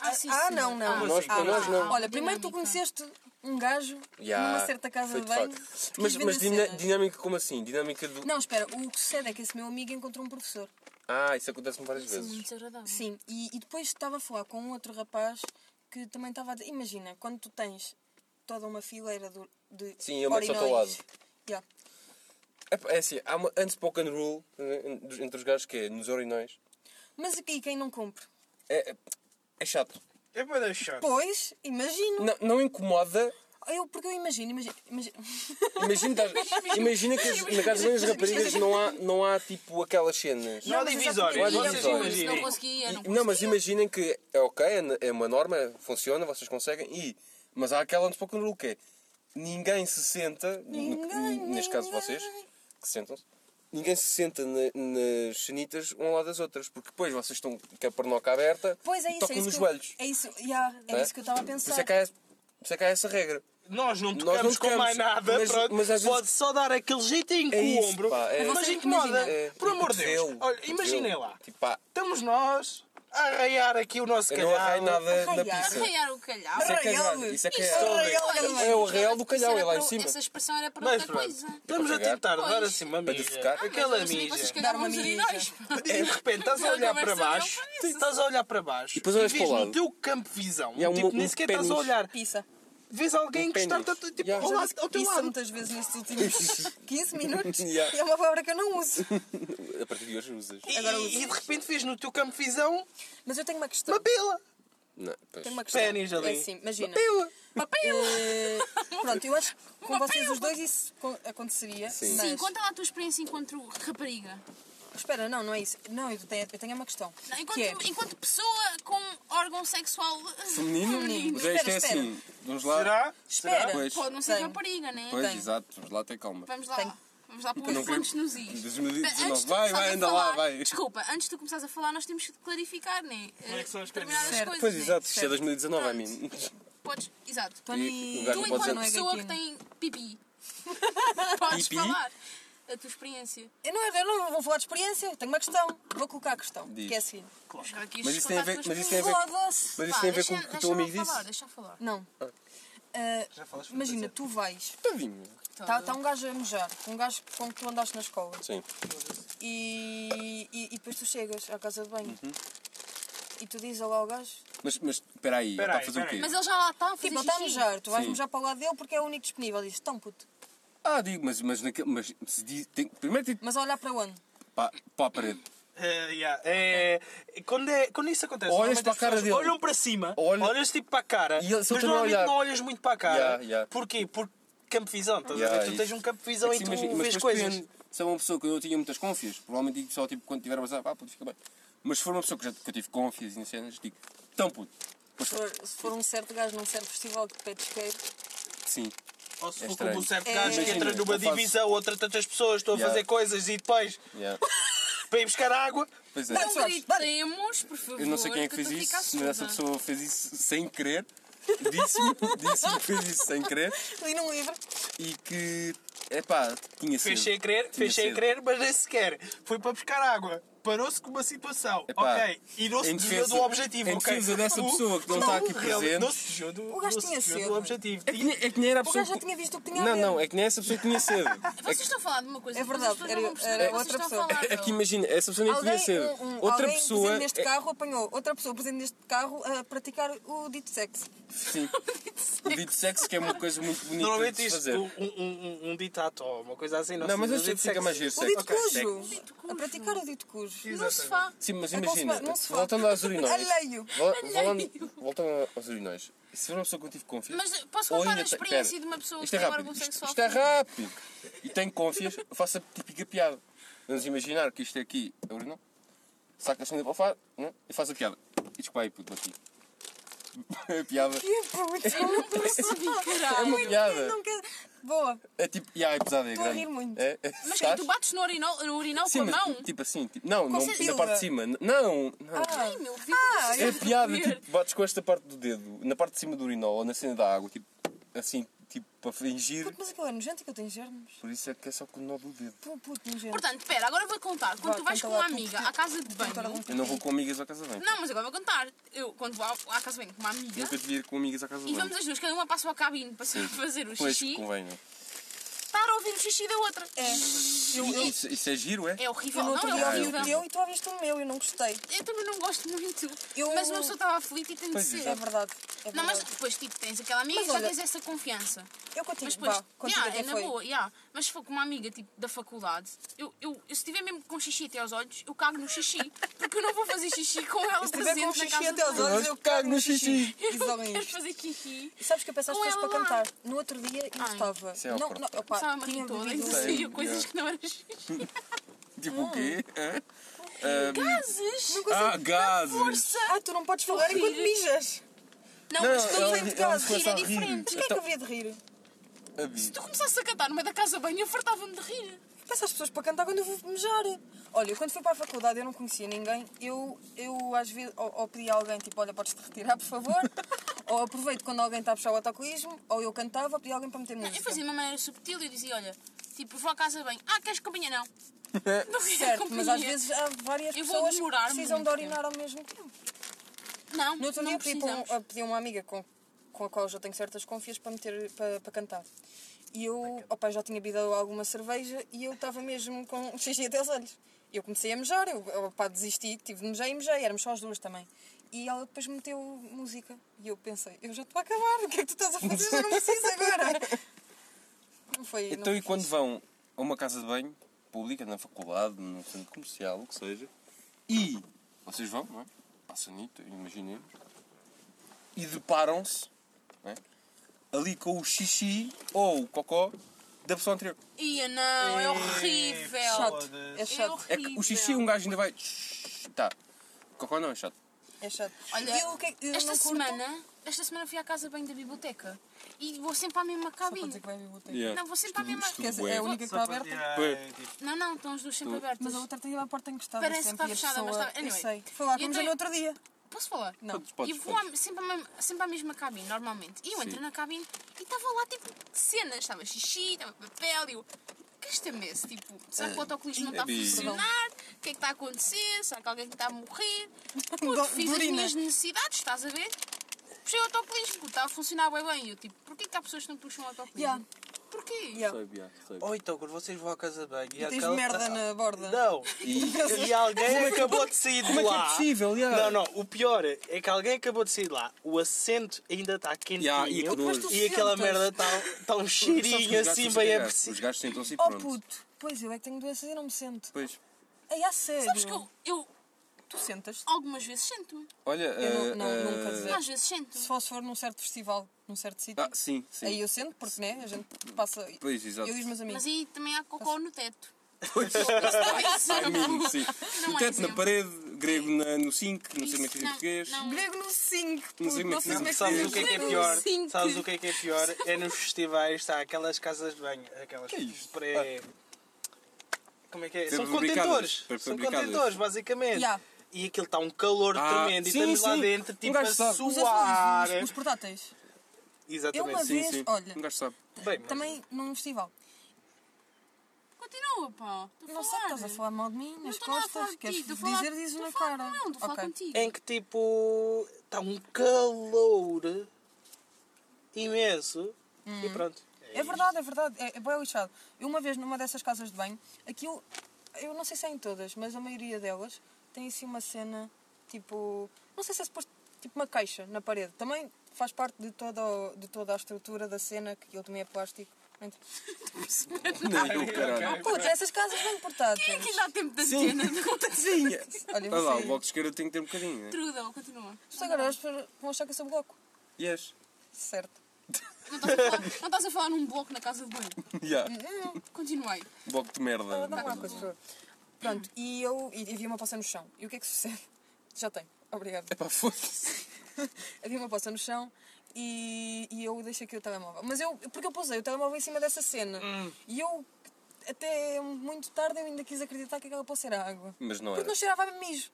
[SPEAKER 3] Ah, sim,
[SPEAKER 6] ah,
[SPEAKER 3] sim.
[SPEAKER 6] não, não.
[SPEAKER 4] Ah, Nós-
[SPEAKER 6] ah,
[SPEAKER 4] nós não.
[SPEAKER 6] Olha, primeiro tu
[SPEAKER 3] Dinâmica.
[SPEAKER 6] conheceste um gajo
[SPEAKER 4] Já,
[SPEAKER 6] numa certa casa
[SPEAKER 4] foi
[SPEAKER 6] de banho.
[SPEAKER 4] facto.
[SPEAKER 6] que quis
[SPEAKER 4] Mas,
[SPEAKER 6] vender
[SPEAKER 4] mas dina-
[SPEAKER 6] cenas.
[SPEAKER 4] dinâmica como assim? Dinâmica do.
[SPEAKER 6] Não, espera, o que sucede é que esse meu amigo encontrou um professor.
[SPEAKER 4] Ah, isso acontece-me várias
[SPEAKER 3] Isso é
[SPEAKER 4] vezes.
[SPEAKER 3] muito desagradável.
[SPEAKER 6] Sim, e, e depois estava a falar com um outro rapaz que também estava a dizer, imagina, quando tu tens toda uma fileira do- de
[SPEAKER 4] Sim, eu meto só ao teu
[SPEAKER 6] orinóis.
[SPEAKER 4] lado.
[SPEAKER 6] Já.
[SPEAKER 4] É, é assim, há uma unspoken rule eh, entre os gajos que é nos urinóis.
[SPEAKER 6] Mas aqui quem não cumpre?
[SPEAKER 4] É, é chato.
[SPEAKER 5] É para deixar.
[SPEAKER 6] Pois, imagino.
[SPEAKER 4] Não, não incomoda.
[SPEAKER 6] Eu, porque eu imagino, imagino. imagino.
[SPEAKER 4] Imagina, estás- imagina que as- na casa das raparigas não há, não há tipo aquelas cenas.
[SPEAKER 5] Não há
[SPEAKER 6] mas eu já
[SPEAKER 5] divisórias.
[SPEAKER 4] tinha
[SPEAKER 5] Vocês
[SPEAKER 4] dito.
[SPEAKER 3] Não
[SPEAKER 5] imaginem.
[SPEAKER 3] conseguia, não
[SPEAKER 4] E- não, mas imaginem que é ok, é n- é uma norma, funciona, vocês conseguem, e, mas há aquela unspoken rule que é ninguém se senta, no-
[SPEAKER 6] Ninguém,
[SPEAKER 4] neste caso
[SPEAKER 6] ninguém.
[SPEAKER 4] vocês, que sentam-se, ninguém se senta na- nas sanitas um ao lado das outras, porque depois vocês estão com a pernoca aberta
[SPEAKER 6] Pois é
[SPEAKER 4] e
[SPEAKER 6] isso,
[SPEAKER 4] tocam
[SPEAKER 6] é isso.
[SPEAKER 4] nos
[SPEAKER 6] que
[SPEAKER 4] joelhos.
[SPEAKER 6] Eu, é isso, já, é
[SPEAKER 4] É?
[SPEAKER 6] isso que eu estava a
[SPEAKER 4] Por
[SPEAKER 6] pensar.
[SPEAKER 4] isso é que há essa- por isso é que há essa regra.
[SPEAKER 5] Nós não
[SPEAKER 4] Nós
[SPEAKER 5] tocamos,
[SPEAKER 4] não tocamos,
[SPEAKER 5] com mais nada,
[SPEAKER 4] mas-
[SPEAKER 5] pronto.
[SPEAKER 4] mas às vezes-
[SPEAKER 5] Pode só dar aquele jeitinho
[SPEAKER 4] É
[SPEAKER 5] com o
[SPEAKER 4] isso,
[SPEAKER 5] ombro.
[SPEAKER 4] pá, é.
[SPEAKER 5] Mas
[SPEAKER 6] Você
[SPEAKER 5] incomoda.
[SPEAKER 6] imagina.
[SPEAKER 4] É,
[SPEAKER 5] Por
[SPEAKER 4] um
[SPEAKER 5] amor de Deus.
[SPEAKER 4] cotovelo,
[SPEAKER 5] Olha,
[SPEAKER 4] cotovelo.
[SPEAKER 5] imaginem lá.
[SPEAKER 4] Tipo, pá,
[SPEAKER 5] Estamos nós. arraiar aqui o nosso
[SPEAKER 4] Eu não arranho
[SPEAKER 5] calhau.
[SPEAKER 4] nada na
[SPEAKER 6] Arraiar.
[SPEAKER 4] pizza.
[SPEAKER 3] Arranhar o calhau.
[SPEAKER 4] Isso é calhau. Isso é calhau. É o real do calhau, é lá em cima.
[SPEAKER 3] Essa expressão era para
[SPEAKER 5] Mas
[SPEAKER 3] outra
[SPEAKER 5] pronto,
[SPEAKER 3] coisa.
[SPEAKER 5] estamos a
[SPEAKER 4] Para cagar.
[SPEAKER 5] tentar dar
[SPEAKER 3] é. Pois. Ah,
[SPEAKER 5] assim uma
[SPEAKER 4] Para
[SPEAKER 5] mija.
[SPEAKER 4] defecar.
[SPEAKER 5] Aquela
[SPEAKER 3] Mas Vocês
[SPEAKER 5] mija.
[SPEAKER 3] calharam
[SPEAKER 6] Dar uma
[SPEAKER 3] uns
[SPEAKER 6] mija.
[SPEAKER 3] urinóis.
[SPEAKER 5] E de repente estás a
[SPEAKER 3] Não,
[SPEAKER 5] olhar para
[SPEAKER 3] conversa
[SPEAKER 5] baixo,
[SPEAKER 3] não, parece.
[SPEAKER 5] estás a olhar para baixo
[SPEAKER 4] E depois olhas
[SPEAKER 5] vês
[SPEAKER 4] para o
[SPEAKER 5] no
[SPEAKER 4] lado.
[SPEAKER 5] teu campo de visão,
[SPEAKER 4] E há um-
[SPEAKER 5] tipo, nem
[SPEAKER 4] um
[SPEAKER 5] sequer
[SPEAKER 4] pênis.
[SPEAKER 5] estás a olhar,
[SPEAKER 6] Pisa.
[SPEAKER 5] vês alguém
[SPEAKER 4] Um pênis.
[SPEAKER 5] encostar-te a- tipo,
[SPEAKER 4] Yeah.
[SPEAKER 5] ao, lado, ao teu
[SPEAKER 6] Pisa
[SPEAKER 5] lado.
[SPEAKER 6] muitas vezes nestes últimos 15 minutos.
[SPEAKER 4] Yeah.
[SPEAKER 6] E é uma palavra que eu não uso.
[SPEAKER 4] A partir de hoje usas.
[SPEAKER 5] E,
[SPEAKER 6] Agora
[SPEAKER 5] e de repente vês no teu campo de visão
[SPEAKER 6] Mas eu tenho uma questão.
[SPEAKER 5] uma pila.
[SPEAKER 4] Não, pois.
[SPEAKER 6] Tenho uma questão.
[SPEAKER 5] Pênis ali.
[SPEAKER 6] É assim, imagina.
[SPEAKER 5] Pila.
[SPEAKER 3] Papel.
[SPEAKER 6] Eh, pronto, eu acho que com
[SPEAKER 3] Uma
[SPEAKER 6] vocês os
[SPEAKER 3] pila.
[SPEAKER 6] dois isso co- aconteceria.
[SPEAKER 4] Sim.
[SPEAKER 6] mas-
[SPEAKER 3] Sim, conta lá a tua experiência enquanto rapariga.
[SPEAKER 6] Espera, não, não é isso. Não, eu tenho, eu tenho uma questão.
[SPEAKER 3] Não, Enquanto,
[SPEAKER 6] que é,
[SPEAKER 3] enquanto pessoa com órgão sexual feminino,
[SPEAKER 4] Menino? Mas é, isto
[SPEAKER 6] Espera,
[SPEAKER 4] é
[SPEAKER 6] espera.
[SPEAKER 4] assim. Vamos lá.
[SPEAKER 5] Será?
[SPEAKER 6] Espera.
[SPEAKER 4] Pois,
[SPEAKER 3] pode não ser
[SPEAKER 6] Tenho.
[SPEAKER 3] rapariga, né?
[SPEAKER 4] pois
[SPEAKER 6] Tenho.
[SPEAKER 4] exato. Vamos lá, tem calma.
[SPEAKER 3] Vamos lá.
[SPEAKER 6] Tenho.
[SPEAKER 3] Vamos lá pôr
[SPEAKER 4] Não
[SPEAKER 3] uns pontos
[SPEAKER 4] queremos-
[SPEAKER 3] nos is.
[SPEAKER 4] 2019.
[SPEAKER 3] Antes de tu
[SPEAKER 4] Vai, vai,
[SPEAKER 3] começares a
[SPEAKER 4] anda lá,
[SPEAKER 3] falar-
[SPEAKER 4] vai.
[SPEAKER 3] Desculpa, antes de tu começares a falar, nós temos que clarificar, né?
[SPEAKER 5] é que são as coisas?
[SPEAKER 3] Determinadas
[SPEAKER 6] Certo.
[SPEAKER 3] coisas,
[SPEAKER 4] Pois
[SPEAKER 3] né?
[SPEAKER 4] exato, isto é
[SPEAKER 6] Certo.
[SPEAKER 4] 2019 a
[SPEAKER 3] Pronto.
[SPEAKER 4] mim.
[SPEAKER 3] Podes, exato. Tu,
[SPEAKER 6] Tony,
[SPEAKER 4] E o gajo não pode
[SPEAKER 3] enquanto
[SPEAKER 4] dizer-
[SPEAKER 3] pessoa que tem pipi, podes
[SPEAKER 4] Pipi?
[SPEAKER 3] falar a tua experiência.
[SPEAKER 6] Eu não, eu não vou falar de experiência, tenho uma questão. Vou colocar a questão,
[SPEAKER 4] Diz.
[SPEAKER 6] que é a seguinte.
[SPEAKER 3] Já quis
[SPEAKER 4] Mas
[SPEAKER 3] contar
[SPEAKER 4] isso tem a
[SPEAKER 3] a
[SPEAKER 4] ver-
[SPEAKER 3] tua
[SPEAKER 4] mas isso tem a ver-
[SPEAKER 3] experiência.
[SPEAKER 6] Foda-se!
[SPEAKER 4] Mas isso tem a ver
[SPEAKER 3] Vá,
[SPEAKER 4] com o
[SPEAKER 3] deixa-
[SPEAKER 4] que o teu amigo
[SPEAKER 3] deixa-me falar,
[SPEAKER 4] disse?
[SPEAKER 3] Deixa-me falar.
[SPEAKER 6] Não. Ah,
[SPEAKER 5] Já falaste muita
[SPEAKER 6] imagina,
[SPEAKER 5] coisa.
[SPEAKER 6] tu vais.
[SPEAKER 4] Tadinho.
[SPEAKER 6] Está um gajo a mejar, um gajo com que tu andaste na escola.
[SPEAKER 4] Sim.
[SPEAKER 6] E, e, e depois tu chegas à casa de banho.
[SPEAKER 4] Uhum.
[SPEAKER 6] E tu dizes lá ao gajo.
[SPEAKER 4] Mas, mas espera aí,
[SPEAKER 5] Espera
[SPEAKER 4] está a
[SPEAKER 5] aí,
[SPEAKER 4] fazer o
[SPEAKER 5] espera
[SPEAKER 4] quê?
[SPEAKER 3] Mas ele já lá está a fazer
[SPEAKER 6] Tipo, ele está a
[SPEAKER 3] xixi.
[SPEAKER 6] mejar, tu vais
[SPEAKER 4] Sim.
[SPEAKER 6] mejar para o lado dele porque é o único disponível. E dizes, tão puto.
[SPEAKER 4] Ah, digo, mas, mas, naque- mas se diz, tem, primeiro tem
[SPEAKER 6] Mas a olhar para onde?
[SPEAKER 4] para, para a parede.
[SPEAKER 5] Eh, yeah. Eh, quando, é- quando isso acontece,
[SPEAKER 4] Olhas
[SPEAKER 5] normalmente
[SPEAKER 4] para a
[SPEAKER 5] as
[SPEAKER 4] cara
[SPEAKER 5] pessoas
[SPEAKER 4] dele.
[SPEAKER 5] olham para cima,
[SPEAKER 4] Olha-
[SPEAKER 5] olhas tipo para a cara,
[SPEAKER 4] E ele-
[SPEAKER 5] mas
[SPEAKER 4] se ele também
[SPEAKER 5] normalmente
[SPEAKER 4] olhar-
[SPEAKER 5] não olhas muito para a cara.
[SPEAKER 4] Yeah, yeah.
[SPEAKER 5] Porquê? Porque campo de visão, estás a
[SPEAKER 4] Yeah,
[SPEAKER 5] ver? Tu
[SPEAKER 4] isso.
[SPEAKER 5] tens um campo de visão
[SPEAKER 4] É
[SPEAKER 5] e
[SPEAKER 4] que
[SPEAKER 5] tu
[SPEAKER 4] se imagina- mas
[SPEAKER 5] vês
[SPEAKER 4] depois
[SPEAKER 5] coisas.
[SPEAKER 4] depende, Se é uma pessoa que eu tinha muitas confias, provavelmente digo só tipo, quando tiver a bazar, pá, puto, fica bem. Mas se for uma pessoa que, já, que eu tive confias e cenas, digo, tão puto.
[SPEAKER 6] Se for, se for um certo gajo num certo festival de pé de isqueiro,
[SPEAKER 4] Sim.
[SPEAKER 5] Ou se
[SPEAKER 4] É
[SPEAKER 5] for como um
[SPEAKER 4] estranho.
[SPEAKER 5] certo gajo que
[SPEAKER 4] Imagina,
[SPEAKER 5] entra numa
[SPEAKER 4] eu faço-
[SPEAKER 5] divisão, outra tantas pessoas, estou a
[SPEAKER 4] Yeah.
[SPEAKER 5] fazer coisas e depois
[SPEAKER 4] Yeah.
[SPEAKER 5] para ir buscar água.
[SPEAKER 4] Pois é.
[SPEAKER 6] Não,
[SPEAKER 3] Não gritemos, por favor.
[SPEAKER 4] Eu não sei quem é que
[SPEAKER 3] eu
[SPEAKER 4] fez
[SPEAKER 3] estou a
[SPEAKER 4] isso,
[SPEAKER 3] ficar
[SPEAKER 4] mas essa
[SPEAKER 3] surda.
[SPEAKER 4] pessoa fez isso sem querer. Disse-me disse que fez isso sem querer
[SPEAKER 6] li num livro.
[SPEAKER 4] e que, epá, tinha sido.
[SPEAKER 5] Fez sem querer, fez sem querer, mas nem sequer. Foi para buscar água. Parou-se com uma situação,
[SPEAKER 4] Epá,
[SPEAKER 5] ok? E não se
[SPEAKER 4] em
[SPEAKER 5] desviou
[SPEAKER 4] defesa-
[SPEAKER 5] do objetivo,
[SPEAKER 4] em
[SPEAKER 5] ok?
[SPEAKER 4] defesa dessa
[SPEAKER 5] O-
[SPEAKER 4] pessoa que não está aqui
[SPEAKER 5] realmente
[SPEAKER 4] presente.
[SPEAKER 5] Não se desviou do,
[SPEAKER 6] O gajo
[SPEAKER 5] não se
[SPEAKER 6] tinha
[SPEAKER 5] desviou
[SPEAKER 6] cedo.
[SPEAKER 5] do objetivo.
[SPEAKER 4] É que, nem- é que nem era a pessoa.
[SPEAKER 6] gajo já
[SPEAKER 4] que-
[SPEAKER 6] tinha visto o que tinha a
[SPEAKER 4] Não,
[SPEAKER 6] ver.
[SPEAKER 4] não, é que nem essa pessoa que tinha cedo. É
[SPEAKER 3] Vocês
[SPEAKER 4] que,
[SPEAKER 3] estão a falar de uma coisa
[SPEAKER 6] É
[SPEAKER 3] que as
[SPEAKER 6] verdade,
[SPEAKER 3] pessoas
[SPEAKER 6] era-
[SPEAKER 3] não vão perceber,
[SPEAKER 6] era
[SPEAKER 3] vocês
[SPEAKER 6] outra
[SPEAKER 3] estão a
[SPEAKER 6] pessoa.
[SPEAKER 3] falar
[SPEAKER 4] é que
[SPEAKER 3] dela.
[SPEAKER 4] imagina, essa pessoa nem tinha cedo.
[SPEAKER 6] um- um-
[SPEAKER 4] Outra
[SPEAKER 6] alguém, por exemplo,
[SPEAKER 4] pessoa.
[SPEAKER 6] neste
[SPEAKER 4] é-
[SPEAKER 6] carro apanhou outra pessoa presente neste carro a praticar o dito sexo.
[SPEAKER 4] Sim. O dito sexo que é uma coisa muito bonita
[SPEAKER 5] Normalmente
[SPEAKER 4] de se
[SPEAKER 5] isto,
[SPEAKER 4] fazer.
[SPEAKER 5] um, um, um, um ditato ou uma coisa assim.
[SPEAKER 4] Não,
[SPEAKER 5] se
[SPEAKER 4] mas
[SPEAKER 5] diz,
[SPEAKER 4] eu sei que fica
[SPEAKER 5] sexo.
[SPEAKER 4] mais giro
[SPEAKER 6] O
[SPEAKER 4] sexo.
[SPEAKER 6] dito
[SPEAKER 5] Ok.
[SPEAKER 6] cujo. A praticar o dito cujo.
[SPEAKER 3] No sofá.
[SPEAKER 4] Sim, mas
[SPEAKER 6] Então, se
[SPEAKER 4] imagina,
[SPEAKER 6] vai- não se fala.
[SPEAKER 4] voltando aos urinóis.
[SPEAKER 6] Alheio.
[SPEAKER 4] vol-
[SPEAKER 3] Alheio.
[SPEAKER 4] Voltando, voltando aos urinóis. Se for uma pessoa que eu tive confiança.
[SPEAKER 3] Mas posso
[SPEAKER 4] ou
[SPEAKER 3] contar
[SPEAKER 4] ainda
[SPEAKER 3] a
[SPEAKER 4] te-
[SPEAKER 3] experiência
[SPEAKER 4] pera,
[SPEAKER 3] de uma pessoa
[SPEAKER 4] isto
[SPEAKER 3] que
[SPEAKER 4] é
[SPEAKER 3] Então, tem um
[SPEAKER 4] rápido,
[SPEAKER 3] órgão
[SPEAKER 4] isto-
[SPEAKER 3] sexual
[SPEAKER 4] Isto é
[SPEAKER 3] feminino?
[SPEAKER 4] rápido. E tenho confias, eu faço a típica piada. Vamos imaginar que isto é aqui é urinal. Saca a cena para o fado né? e faz a piada. E desculpa aí, puto, bati. É piada. É uma piada.
[SPEAKER 6] Não quer- Boa.
[SPEAKER 4] É tipo, e é pesada, é
[SPEAKER 6] Estou a
[SPEAKER 4] grande.
[SPEAKER 6] rir muito.
[SPEAKER 4] É, é,
[SPEAKER 3] Mas quem,
[SPEAKER 4] estás?
[SPEAKER 3] tu bates no urinal, no urinal
[SPEAKER 4] Sim,
[SPEAKER 3] com a
[SPEAKER 4] mas
[SPEAKER 3] mão?
[SPEAKER 4] tipo assim, tipo, não, não
[SPEAKER 6] certeza.
[SPEAKER 4] na parte de cima. N- Não, não.
[SPEAKER 3] Ai, meu Deus.
[SPEAKER 6] Ah,
[SPEAKER 4] É piada,
[SPEAKER 3] Ver.
[SPEAKER 4] tipo, bates com esta parte do dedo, na parte de cima do urinol ou na cena da água, tipo, assim, tipo, para fingir.
[SPEAKER 6] Puto, mas aquilo é nojento que eu tenho germes.
[SPEAKER 4] Por isso é que é só com o nó do dedo.
[SPEAKER 6] Pô, puto, nojento.
[SPEAKER 3] Portanto, espera, agora vou contar. Quando
[SPEAKER 6] Vá,
[SPEAKER 3] tu vais
[SPEAKER 6] conta
[SPEAKER 3] com
[SPEAKER 6] lá,
[SPEAKER 3] uma
[SPEAKER 6] tu-
[SPEAKER 3] amiga à casa de banho...
[SPEAKER 6] então, Conta lá,
[SPEAKER 4] Eu não vou com amigas à casa bem.
[SPEAKER 3] Não, mas agora vou contar. Eu, quando vou à, à casa de banho com uma amiga...
[SPEAKER 4] Nunca devia ir com amigas à casa
[SPEAKER 3] E
[SPEAKER 4] bem.
[SPEAKER 3] vamos as duas, cada uma para a sua cabine para fazer o
[SPEAKER 4] Pois,
[SPEAKER 3] xixi.
[SPEAKER 4] convém, não? é?
[SPEAKER 3] Estar a ouvir o xixi da outra.
[SPEAKER 4] Isso, isso é giro, é?
[SPEAKER 3] É
[SPEAKER 6] É, Eu
[SPEAKER 3] horrível,
[SPEAKER 6] no outro
[SPEAKER 3] não
[SPEAKER 6] dia
[SPEAKER 3] é
[SPEAKER 6] ouvi o
[SPEAKER 3] horrível.
[SPEAKER 6] teu e tu ouviste o meu e eu não gostei.
[SPEAKER 3] Eu também não gosto muito.
[SPEAKER 6] Eu-
[SPEAKER 3] Mas uma pessoa estava aflita e tem de
[SPEAKER 4] Pois,
[SPEAKER 3] ser.
[SPEAKER 6] É
[SPEAKER 4] exato.
[SPEAKER 6] verdade. É
[SPEAKER 3] Não, mas
[SPEAKER 6] verdade.
[SPEAKER 3] depois tipo, tens aquela amiga
[SPEAKER 6] Mas
[SPEAKER 3] e já
[SPEAKER 6] olha-
[SPEAKER 3] tens essa confiança.
[SPEAKER 6] Eu
[SPEAKER 3] Mas
[SPEAKER 6] continuo.
[SPEAKER 3] depois,
[SPEAKER 6] Vá, continua
[SPEAKER 3] yeah, é
[SPEAKER 6] quem
[SPEAKER 3] na
[SPEAKER 6] foi.
[SPEAKER 3] boa, yeah. mas se for com uma amiga tipo, da faculdade, eu, eu, eu se tiver mesmo com xixi até aos olhos, eu cago no xixi. Porque eu não vou fazer xixi com ela
[SPEAKER 6] Se tiver
[SPEAKER 3] presente
[SPEAKER 6] com um
[SPEAKER 3] na
[SPEAKER 6] xixi
[SPEAKER 3] casa
[SPEAKER 6] até aos
[SPEAKER 3] dela.
[SPEAKER 6] olhos, eu cago no xixi.
[SPEAKER 3] Eu não
[SPEAKER 6] Isolem
[SPEAKER 3] quero
[SPEAKER 6] isto.
[SPEAKER 3] fazer xixi.
[SPEAKER 6] Sabes que eu peço às
[SPEAKER 3] Com
[SPEAKER 6] pessoas para
[SPEAKER 3] ela lá.
[SPEAKER 6] cantar. No outro dia eu
[SPEAKER 3] Ai.
[SPEAKER 6] estava.
[SPEAKER 4] Isso é
[SPEAKER 6] não,
[SPEAKER 4] awkward.
[SPEAKER 6] não, opá,
[SPEAKER 3] Estava a
[SPEAKER 6] tinha
[SPEAKER 3] manhã toda e
[SPEAKER 6] bebido.
[SPEAKER 3] dizia
[SPEAKER 4] Sim,
[SPEAKER 3] assim, coisas
[SPEAKER 4] yeah.
[SPEAKER 3] que não eram xixi. É
[SPEAKER 4] Tipo o quê? Hã?
[SPEAKER 3] Gases!
[SPEAKER 4] Ah, gases!
[SPEAKER 3] Força!
[SPEAKER 6] Ah, tu não podes falar enquanto mijas.
[SPEAKER 3] Não,
[SPEAKER 4] Não, um-
[SPEAKER 3] mas tu
[SPEAKER 4] ela-
[SPEAKER 3] tem de
[SPEAKER 4] ela
[SPEAKER 3] gases.
[SPEAKER 4] começa a
[SPEAKER 3] Rir é
[SPEAKER 4] rir.
[SPEAKER 3] diferente.
[SPEAKER 6] Mas
[SPEAKER 4] Então,
[SPEAKER 6] quem é que havia de rir?
[SPEAKER 4] A Bi.
[SPEAKER 3] Se tu começasses a cantar no meio da casa de banho, eu fartava-me de rir.
[SPEAKER 6] Peço às pessoas para cantar quando eu vou mejar. Olha, eu quando fui para a faculdade eu não conhecia ninguém. Eu, eu às vezes, ou, ou pedi a alguém, tipo, olha, podes-te retirar, por favor. ou aproveito quando alguém está a puxar o autocolismo. Ou eu cantava, ou pedi a alguém para meter
[SPEAKER 3] Não,
[SPEAKER 6] música.
[SPEAKER 3] eu fazia de uma maneira subtil e eu dizia, olha, tipo, vou à casa de banho. Ah, queres companhia? Não. Não quero
[SPEAKER 6] Certo, mas
[SPEAKER 3] companhia.
[SPEAKER 6] às vezes há várias
[SPEAKER 3] Eu vou
[SPEAKER 6] pessoas que
[SPEAKER 3] demorar
[SPEAKER 6] precisam de
[SPEAKER 3] muito
[SPEAKER 6] orinar ao mesmo tempo.
[SPEAKER 3] Não,
[SPEAKER 6] No outro
[SPEAKER 3] não
[SPEAKER 6] dia pedi, para um-
[SPEAKER 3] precisamos.
[SPEAKER 6] a- pedi a uma amiga com, com a qual eu já tenho certas confias para meter para, para cantar. E eu, opa, já tinha bebido alguma cerveja e eu estava mesmo com um xixi até os olhos. Eu comecei a mejar, eu opa, desisti, tive de mejar e mejei, éramos só as duas também. E ela depois meteu música e eu pensei, eu já estou a acabar, o que é que tu estás a fazer? Já não preciso agora. Não foi.
[SPEAKER 4] Então,
[SPEAKER 6] não
[SPEAKER 4] e quando vão a uma casa de banho pública, na faculdade, num centro comercial, o que seja, e vocês vão, não é? Passam nito, imaginemos, e deparam-se não é? ali com o xixi ou o cocó da pessoa anterior.
[SPEAKER 3] Ia não, é horrível.
[SPEAKER 6] chato, é
[SPEAKER 3] É
[SPEAKER 6] chato.
[SPEAKER 3] horrível.
[SPEAKER 4] É que o xixi um gajo ainda vai. Tá. Cocó não é chato.
[SPEAKER 6] É chato.
[SPEAKER 3] Olha,
[SPEAKER 6] E eu, o que é que- eu
[SPEAKER 3] esta
[SPEAKER 6] não curto-
[SPEAKER 3] semana, esta semana fui à casa bem da biblioteca e vou sempre à mesma
[SPEAKER 6] Só para dizer
[SPEAKER 3] cabine.
[SPEAKER 6] é que vai à biblioteca.
[SPEAKER 3] Não, vou sempre à mesma.
[SPEAKER 6] Quer dizer, é a única que está aberta.
[SPEAKER 5] tipo,
[SPEAKER 3] Não, não, estão as duas sempre abertas.
[SPEAKER 6] Mas a outra tem a porta encostada.
[SPEAKER 3] Parece
[SPEAKER 6] sempre,
[SPEAKER 3] que
[SPEAKER 6] e a
[SPEAKER 3] está fechada, mas
[SPEAKER 6] pessoa-
[SPEAKER 3] está- anyway.
[SPEAKER 6] Eu sei. Foi lá
[SPEAKER 3] E
[SPEAKER 6] que
[SPEAKER 3] então-
[SPEAKER 6] me no outro dia.
[SPEAKER 3] Posso falar?
[SPEAKER 6] Não.
[SPEAKER 4] Podes, podes,
[SPEAKER 3] e vou à- sempre, à mesma, sempre à mesma cabine, normalmente. E eu entro
[SPEAKER 4] Sim.
[SPEAKER 3] na cabine e estava lá, tipo, cenas. Estava xixi, estava papel e eu... Que estamece, tipo, será
[SPEAKER 4] É,
[SPEAKER 3] que o autocolismo não está a
[SPEAKER 4] Ih,
[SPEAKER 3] funcionar? O que é que está a acontecer? Será que alguém está a morrer? Puto,
[SPEAKER 6] Do-
[SPEAKER 3] fiz as
[SPEAKER 6] Dorina.
[SPEAKER 3] minhas necessidades, estás a ver? Puxei o autocolismo, puto, está a funcionar bem bem. E eu, tipo, porquê que há pessoas que não puxam o autocolismo?
[SPEAKER 6] Yeah.
[SPEAKER 3] Porquê?
[SPEAKER 6] Yeah.
[SPEAKER 4] Oh, é
[SPEAKER 5] Ou então, quando vocês vão à casa de banho e,
[SPEAKER 6] tens
[SPEAKER 5] aquela-
[SPEAKER 6] merda na borda.
[SPEAKER 5] Não. E, e alguém acabou de sair
[SPEAKER 4] é
[SPEAKER 5] de lá.
[SPEAKER 4] possível, já?
[SPEAKER 5] Não, não. O pior é que alguém acabou de sair de lá. O assento ainda está quentinho.
[SPEAKER 4] Já, e que nojo.
[SPEAKER 5] e aquela
[SPEAKER 6] Mas tu
[SPEAKER 5] merda está tá um cheirinho assim bem
[SPEAKER 4] Os
[SPEAKER 5] apreciado.
[SPEAKER 4] gajos sentam-se e
[SPEAKER 6] Oh
[SPEAKER 4] pronto.
[SPEAKER 6] puto, pois eu é que tenho doenças e não me sento.
[SPEAKER 4] Pois.
[SPEAKER 6] Ei, a sério.
[SPEAKER 3] Sabes que eu, eu
[SPEAKER 6] Tu sentas?
[SPEAKER 3] algumas vezes sento-me.
[SPEAKER 4] Olha.
[SPEAKER 6] Eu
[SPEAKER 4] ah,
[SPEAKER 6] não- não-
[SPEAKER 4] ah,
[SPEAKER 6] nunca dizer.
[SPEAKER 3] Às vezes sento-me.
[SPEAKER 6] Se fosse for num certo festival, num certo sítio,
[SPEAKER 4] Ah, sim, sim.
[SPEAKER 6] aí eu sento, porque né, a gente passa.
[SPEAKER 4] Pois, exato.
[SPEAKER 6] Eu e os meus amigos.
[SPEAKER 3] Mas aí também há cocó no teto.
[SPEAKER 4] Pois.
[SPEAKER 3] Isso
[SPEAKER 4] Ai, mim,
[SPEAKER 3] não-
[SPEAKER 4] sim.
[SPEAKER 3] Não
[SPEAKER 4] No
[SPEAKER 3] é
[SPEAKER 4] teto, na
[SPEAKER 3] exemplo.
[SPEAKER 4] parede, grego na- no sink, não sei como é
[SPEAKER 3] Isso
[SPEAKER 4] que diz em
[SPEAKER 3] não-
[SPEAKER 4] português.
[SPEAKER 3] não.
[SPEAKER 6] Grego no 5, puto,
[SPEAKER 4] Não sei como é
[SPEAKER 6] não
[SPEAKER 4] que
[SPEAKER 6] sei
[SPEAKER 4] não.
[SPEAKER 6] como é que
[SPEAKER 5] Sabes
[SPEAKER 6] dizem.
[SPEAKER 5] o que é que é
[SPEAKER 6] Grego no
[SPEAKER 5] pior?
[SPEAKER 6] cinco.
[SPEAKER 5] Sabes o que é que é pior? É nos festivais, está aquelas casas de banho, aquelas
[SPEAKER 4] é
[SPEAKER 5] pré.
[SPEAKER 4] Ah.
[SPEAKER 5] Como é que é? São
[SPEAKER 4] Prefabricadas.
[SPEAKER 5] contentores. São
[SPEAKER 4] Prefabricadas.
[SPEAKER 5] contentores, basicamente.
[SPEAKER 6] Já.
[SPEAKER 5] E aquilo está um calor
[SPEAKER 4] Ah,
[SPEAKER 5] tremendo
[SPEAKER 4] sim,
[SPEAKER 5] e estamos lá
[SPEAKER 4] sim.
[SPEAKER 5] dentro
[SPEAKER 4] Um
[SPEAKER 5] tipo
[SPEAKER 4] gajo
[SPEAKER 5] a
[SPEAKER 4] sabe.
[SPEAKER 6] Os
[SPEAKER 5] suar.
[SPEAKER 6] azuis, os, os portáteis. Eu uma
[SPEAKER 5] Exatamente.
[SPEAKER 4] Sim,
[SPEAKER 6] vez,
[SPEAKER 4] sim.
[SPEAKER 6] olha,
[SPEAKER 4] Um gajo sabe.
[SPEAKER 5] Bem, mas-
[SPEAKER 6] também num festival.
[SPEAKER 3] Continua, pá. Estou a
[SPEAKER 6] Não sei,
[SPEAKER 3] falar.
[SPEAKER 6] estás a falar mal de mim,
[SPEAKER 3] Não
[SPEAKER 6] nas
[SPEAKER 3] estou nada a falar
[SPEAKER 6] costas,
[SPEAKER 3] de ti,
[SPEAKER 6] queres
[SPEAKER 3] estou a falar-
[SPEAKER 6] dizer, dizes
[SPEAKER 3] estou a
[SPEAKER 6] na
[SPEAKER 3] falar-
[SPEAKER 6] cara.
[SPEAKER 3] Não, estou a falar
[SPEAKER 6] Ok.
[SPEAKER 3] contigo.
[SPEAKER 5] em que tipo está um calor imenso
[SPEAKER 3] Hum.
[SPEAKER 5] e pronto.
[SPEAKER 6] É verdade, é verdade. É, é bem lixado. Eu uma vez numa dessas casas de banho, aquilo, eu não sei se é em todas, mas a maioria delas tem assim uma cena tipo. Não sei se é suposto. Tipo uma caixa na parede. Também faz parte de toda, o- de toda a estrutura da cena, que ele também é plástico. Não inter-
[SPEAKER 4] Nem eu, caralho.
[SPEAKER 6] Putz, essas casas bem portáteis.
[SPEAKER 3] Quem é que ainda há tempo de antena? Não
[SPEAKER 4] Sim. é.
[SPEAKER 6] Olha,
[SPEAKER 4] Olha lá, o
[SPEAKER 6] você.
[SPEAKER 4] bloco de esquerda tem que ter um bocadinho, né?
[SPEAKER 3] Trudel, continua.
[SPEAKER 6] Isto agora as pessoas vão achar que eu sou bloco.
[SPEAKER 4] Yes.
[SPEAKER 6] Certo.
[SPEAKER 3] Não estás, a falar, não estás a falar num bloco na casa de banho.
[SPEAKER 4] Já.
[SPEAKER 6] Hum.
[SPEAKER 3] Continuei.
[SPEAKER 4] Bloco de merda.
[SPEAKER 6] Não há coisa boa. Pronto, e eu. E havia uma poça no chão. E o que é que sucede? Já tenho. Obrigada.
[SPEAKER 4] É pá, foda-se.
[SPEAKER 6] havia uma poça no chão e, e eu deixei aqui o telemóvel. Mas eu, porque eu pusei o telemóvel em cima dessa cena. E eu, até muito tarde, eu ainda quis acreditar que aquela poça era água.
[SPEAKER 4] Mas não
[SPEAKER 6] Porque
[SPEAKER 4] era.
[SPEAKER 6] não cheirava a mijo.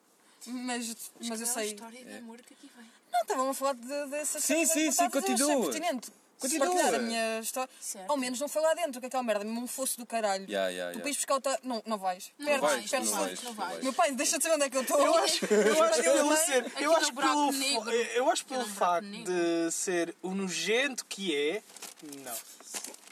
[SPEAKER 6] Mas, mas eu
[SPEAKER 3] Aquela
[SPEAKER 6] sei. eh,
[SPEAKER 3] história de amor que aqui vem.
[SPEAKER 6] Não, estavam a falar de, dessas
[SPEAKER 4] Sim,
[SPEAKER 6] coisas
[SPEAKER 4] sim, sim,
[SPEAKER 6] portáteis, eu achei
[SPEAKER 4] continua.
[SPEAKER 6] pertinente.
[SPEAKER 4] Continua.
[SPEAKER 6] Se partilhar a minha história.
[SPEAKER 3] Certo.
[SPEAKER 6] Ao menos não foi lá dentro, que aquela merda, mesmo um fosso do caralho.
[SPEAKER 4] Ya, ya,
[SPEAKER 6] tu
[SPEAKER 4] ya.
[SPEAKER 6] para ires buscar o telemóvel. Não, não vais.
[SPEAKER 3] Não
[SPEAKER 6] Perdes,
[SPEAKER 3] vais,
[SPEAKER 6] perdes
[SPEAKER 3] não
[SPEAKER 6] tempo.
[SPEAKER 3] vais, não vais.
[SPEAKER 6] Meu pai, deixa de saber onde é que eu estou. Eu acho,
[SPEAKER 5] Eu acho
[SPEAKER 6] é
[SPEAKER 5] que é pelo ser,
[SPEAKER 3] Aqui
[SPEAKER 5] eu
[SPEAKER 3] no
[SPEAKER 5] acho que
[SPEAKER 3] buraco
[SPEAKER 5] pelo,
[SPEAKER 3] negro.
[SPEAKER 5] fa- eu acho pelo
[SPEAKER 3] Aqui no buraco
[SPEAKER 5] facto
[SPEAKER 3] negro.
[SPEAKER 5] de ser o nojento que é, não.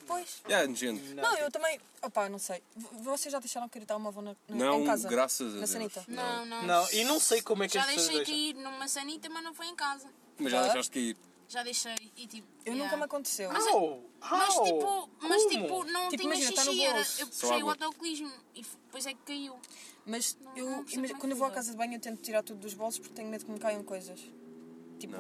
[SPEAKER 6] Pois.
[SPEAKER 4] Já, gente.
[SPEAKER 6] Não, eu também. Opá, não sei. V- Vocês já deixaram cair o telemóvel na, na,
[SPEAKER 4] Não,
[SPEAKER 6] em casa?
[SPEAKER 4] graças a
[SPEAKER 6] Na
[SPEAKER 4] Deus.
[SPEAKER 6] sanita?
[SPEAKER 3] Não, não.
[SPEAKER 5] Não, e não sei como é que
[SPEAKER 3] Já
[SPEAKER 5] as pessoas
[SPEAKER 3] deixei
[SPEAKER 5] deixam.
[SPEAKER 3] cair numa sanita, mas não foi em casa.
[SPEAKER 4] Mas
[SPEAKER 6] Tá?
[SPEAKER 4] já deixaste cair.
[SPEAKER 3] Já deixei e tipo.
[SPEAKER 6] Eu
[SPEAKER 3] yeah. Ah,
[SPEAKER 6] nunca me aconteceu.
[SPEAKER 3] Mas-
[SPEAKER 5] Au,
[SPEAKER 3] Mas
[SPEAKER 5] au,
[SPEAKER 3] tipo, mas
[SPEAKER 5] como?
[SPEAKER 3] tipo, não
[SPEAKER 6] Tipo,
[SPEAKER 3] tinha
[SPEAKER 6] imagina, tá no
[SPEAKER 3] xixi, era,
[SPEAKER 6] bolso.
[SPEAKER 3] eu
[SPEAKER 4] Só
[SPEAKER 3] puxei o
[SPEAKER 4] água.
[SPEAKER 3] autocolismo e f- depois é que caiu.
[SPEAKER 6] Mas
[SPEAKER 3] Não,
[SPEAKER 6] eu,
[SPEAKER 3] não percebo
[SPEAKER 6] imagina,
[SPEAKER 3] como é
[SPEAKER 6] quando
[SPEAKER 3] que
[SPEAKER 6] eu vou à
[SPEAKER 3] foi.
[SPEAKER 6] casa de banho, eu tento tirar tudo dos bolsos porque tenho medo que me caiam coisas. Tipo.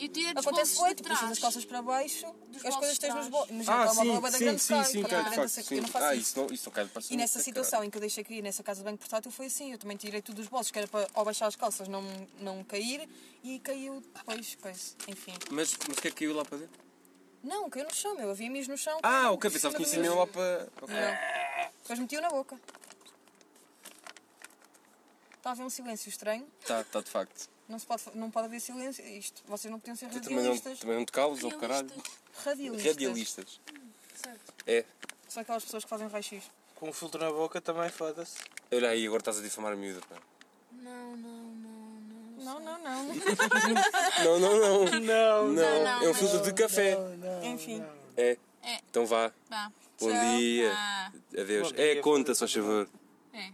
[SPEAKER 3] Eu tirei dos
[SPEAKER 6] Acontece
[SPEAKER 3] bolsos
[SPEAKER 6] tipo, foi,
[SPEAKER 3] de
[SPEAKER 6] tu puxas as
[SPEAKER 3] trás.
[SPEAKER 6] calças para baixo
[SPEAKER 3] Dos
[SPEAKER 6] e as
[SPEAKER 3] bolsos
[SPEAKER 6] coisas
[SPEAKER 3] de
[SPEAKER 6] tens nos
[SPEAKER 3] trás.
[SPEAKER 6] bolsos. Imagina,
[SPEAKER 4] Ah,
[SPEAKER 6] o telemóvel
[SPEAKER 4] sim,
[SPEAKER 6] é bué da
[SPEAKER 4] sim,
[SPEAKER 6] grande,
[SPEAKER 4] sim,
[SPEAKER 6] cai,
[SPEAKER 4] sim,
[SPEAKER 6] cai para
[SPEAKER 4] cai de
[SPEAKER 6] dentro da
[SPEAKER 4] facto.
[SPEAKER 6] sacola.
[SPEAKER 4] sim.
[SPEAKER 6] Eu não
[SPEAKER 4] Ah,
[SPEAKER 6] faço isso.
[SPEAKER 4] isso não, isso é não cai de facto.
[SPEAKER 6] E nessa situação em que eu deixei cair nessa casa de banho portátil foi assim, eu também tirei tudo dos bolsos, que era para ao baixar as calças não, não cair e caiu depois, coisa, enfim.
[SPEAKER 4] Mas, mas o que é que caiu lá para dentro?
[SPEAKER 6] Não, caiu no chão, meu, havia mijo no chão.
[SPEAKER 4] Ah, o que pensava que
[SPEAKER 6] Cima É.
[SPEAKER 4] tinha
[SPEAKER 6] do
[SPEAKER 4] mesmo lá para.
[SPEAKER 6] Não. Depois meti-o na boca. Está a haver um silêncio estranho.
[SPEAKER 4] Tá, tá de facto.
[SPEAKER 6] Não, se pode, não pode haver silêncio. Isto, vocês não podiam ser
[SPEAKER 4] Tu também não,
[SPEAKER 6] radialistas.
[SPEAKER 4] também não te calas, ou caralho?
[SPEAKER 3] Realistas.
[SPEAKER 6] Radialistas.
[SPEAKER 4] Radialistas.
[SPEAKER 3] Certo.
[SPEAKER 4] É.
[SPEAKER 6] São aquelas pessoas que fazem raio-x.
[SPEAKER 5] Com um filtro na boca também foda-se.
[SPEAKER 4] Olha aí, agora estás a difamar a miúda, pá.
[SPEAKER 3] Não, não, não, não.
[SPEAKER 6] Não, não, não.
[SPEAKER 4] Não, não, não.
[SPEAKER 5] Não,
[SPEAKER 4] Não,
[SPEAKER 3] não,
[SPEAKER 4] é um filtro de café.
[SPEAKER 6] Enfim.
[SPEAKER 4] É.
[SPEAKER 3] É.
[SPEAKER 4] Então vá.
[SPEAKER 3] Vá.
[SPEAKER 4] Bom
[SPEAKER 6] Tchau.
[SPEAKER 4] dia.
[SPEAKER 3] Ah.
[SPEAKER 4] Adeus.
[SPEAKER 5] Bom
[SPEAKER 4] É,
[SPEAKER 5] dia,
[SPEAKER 4] conta, se faz favor.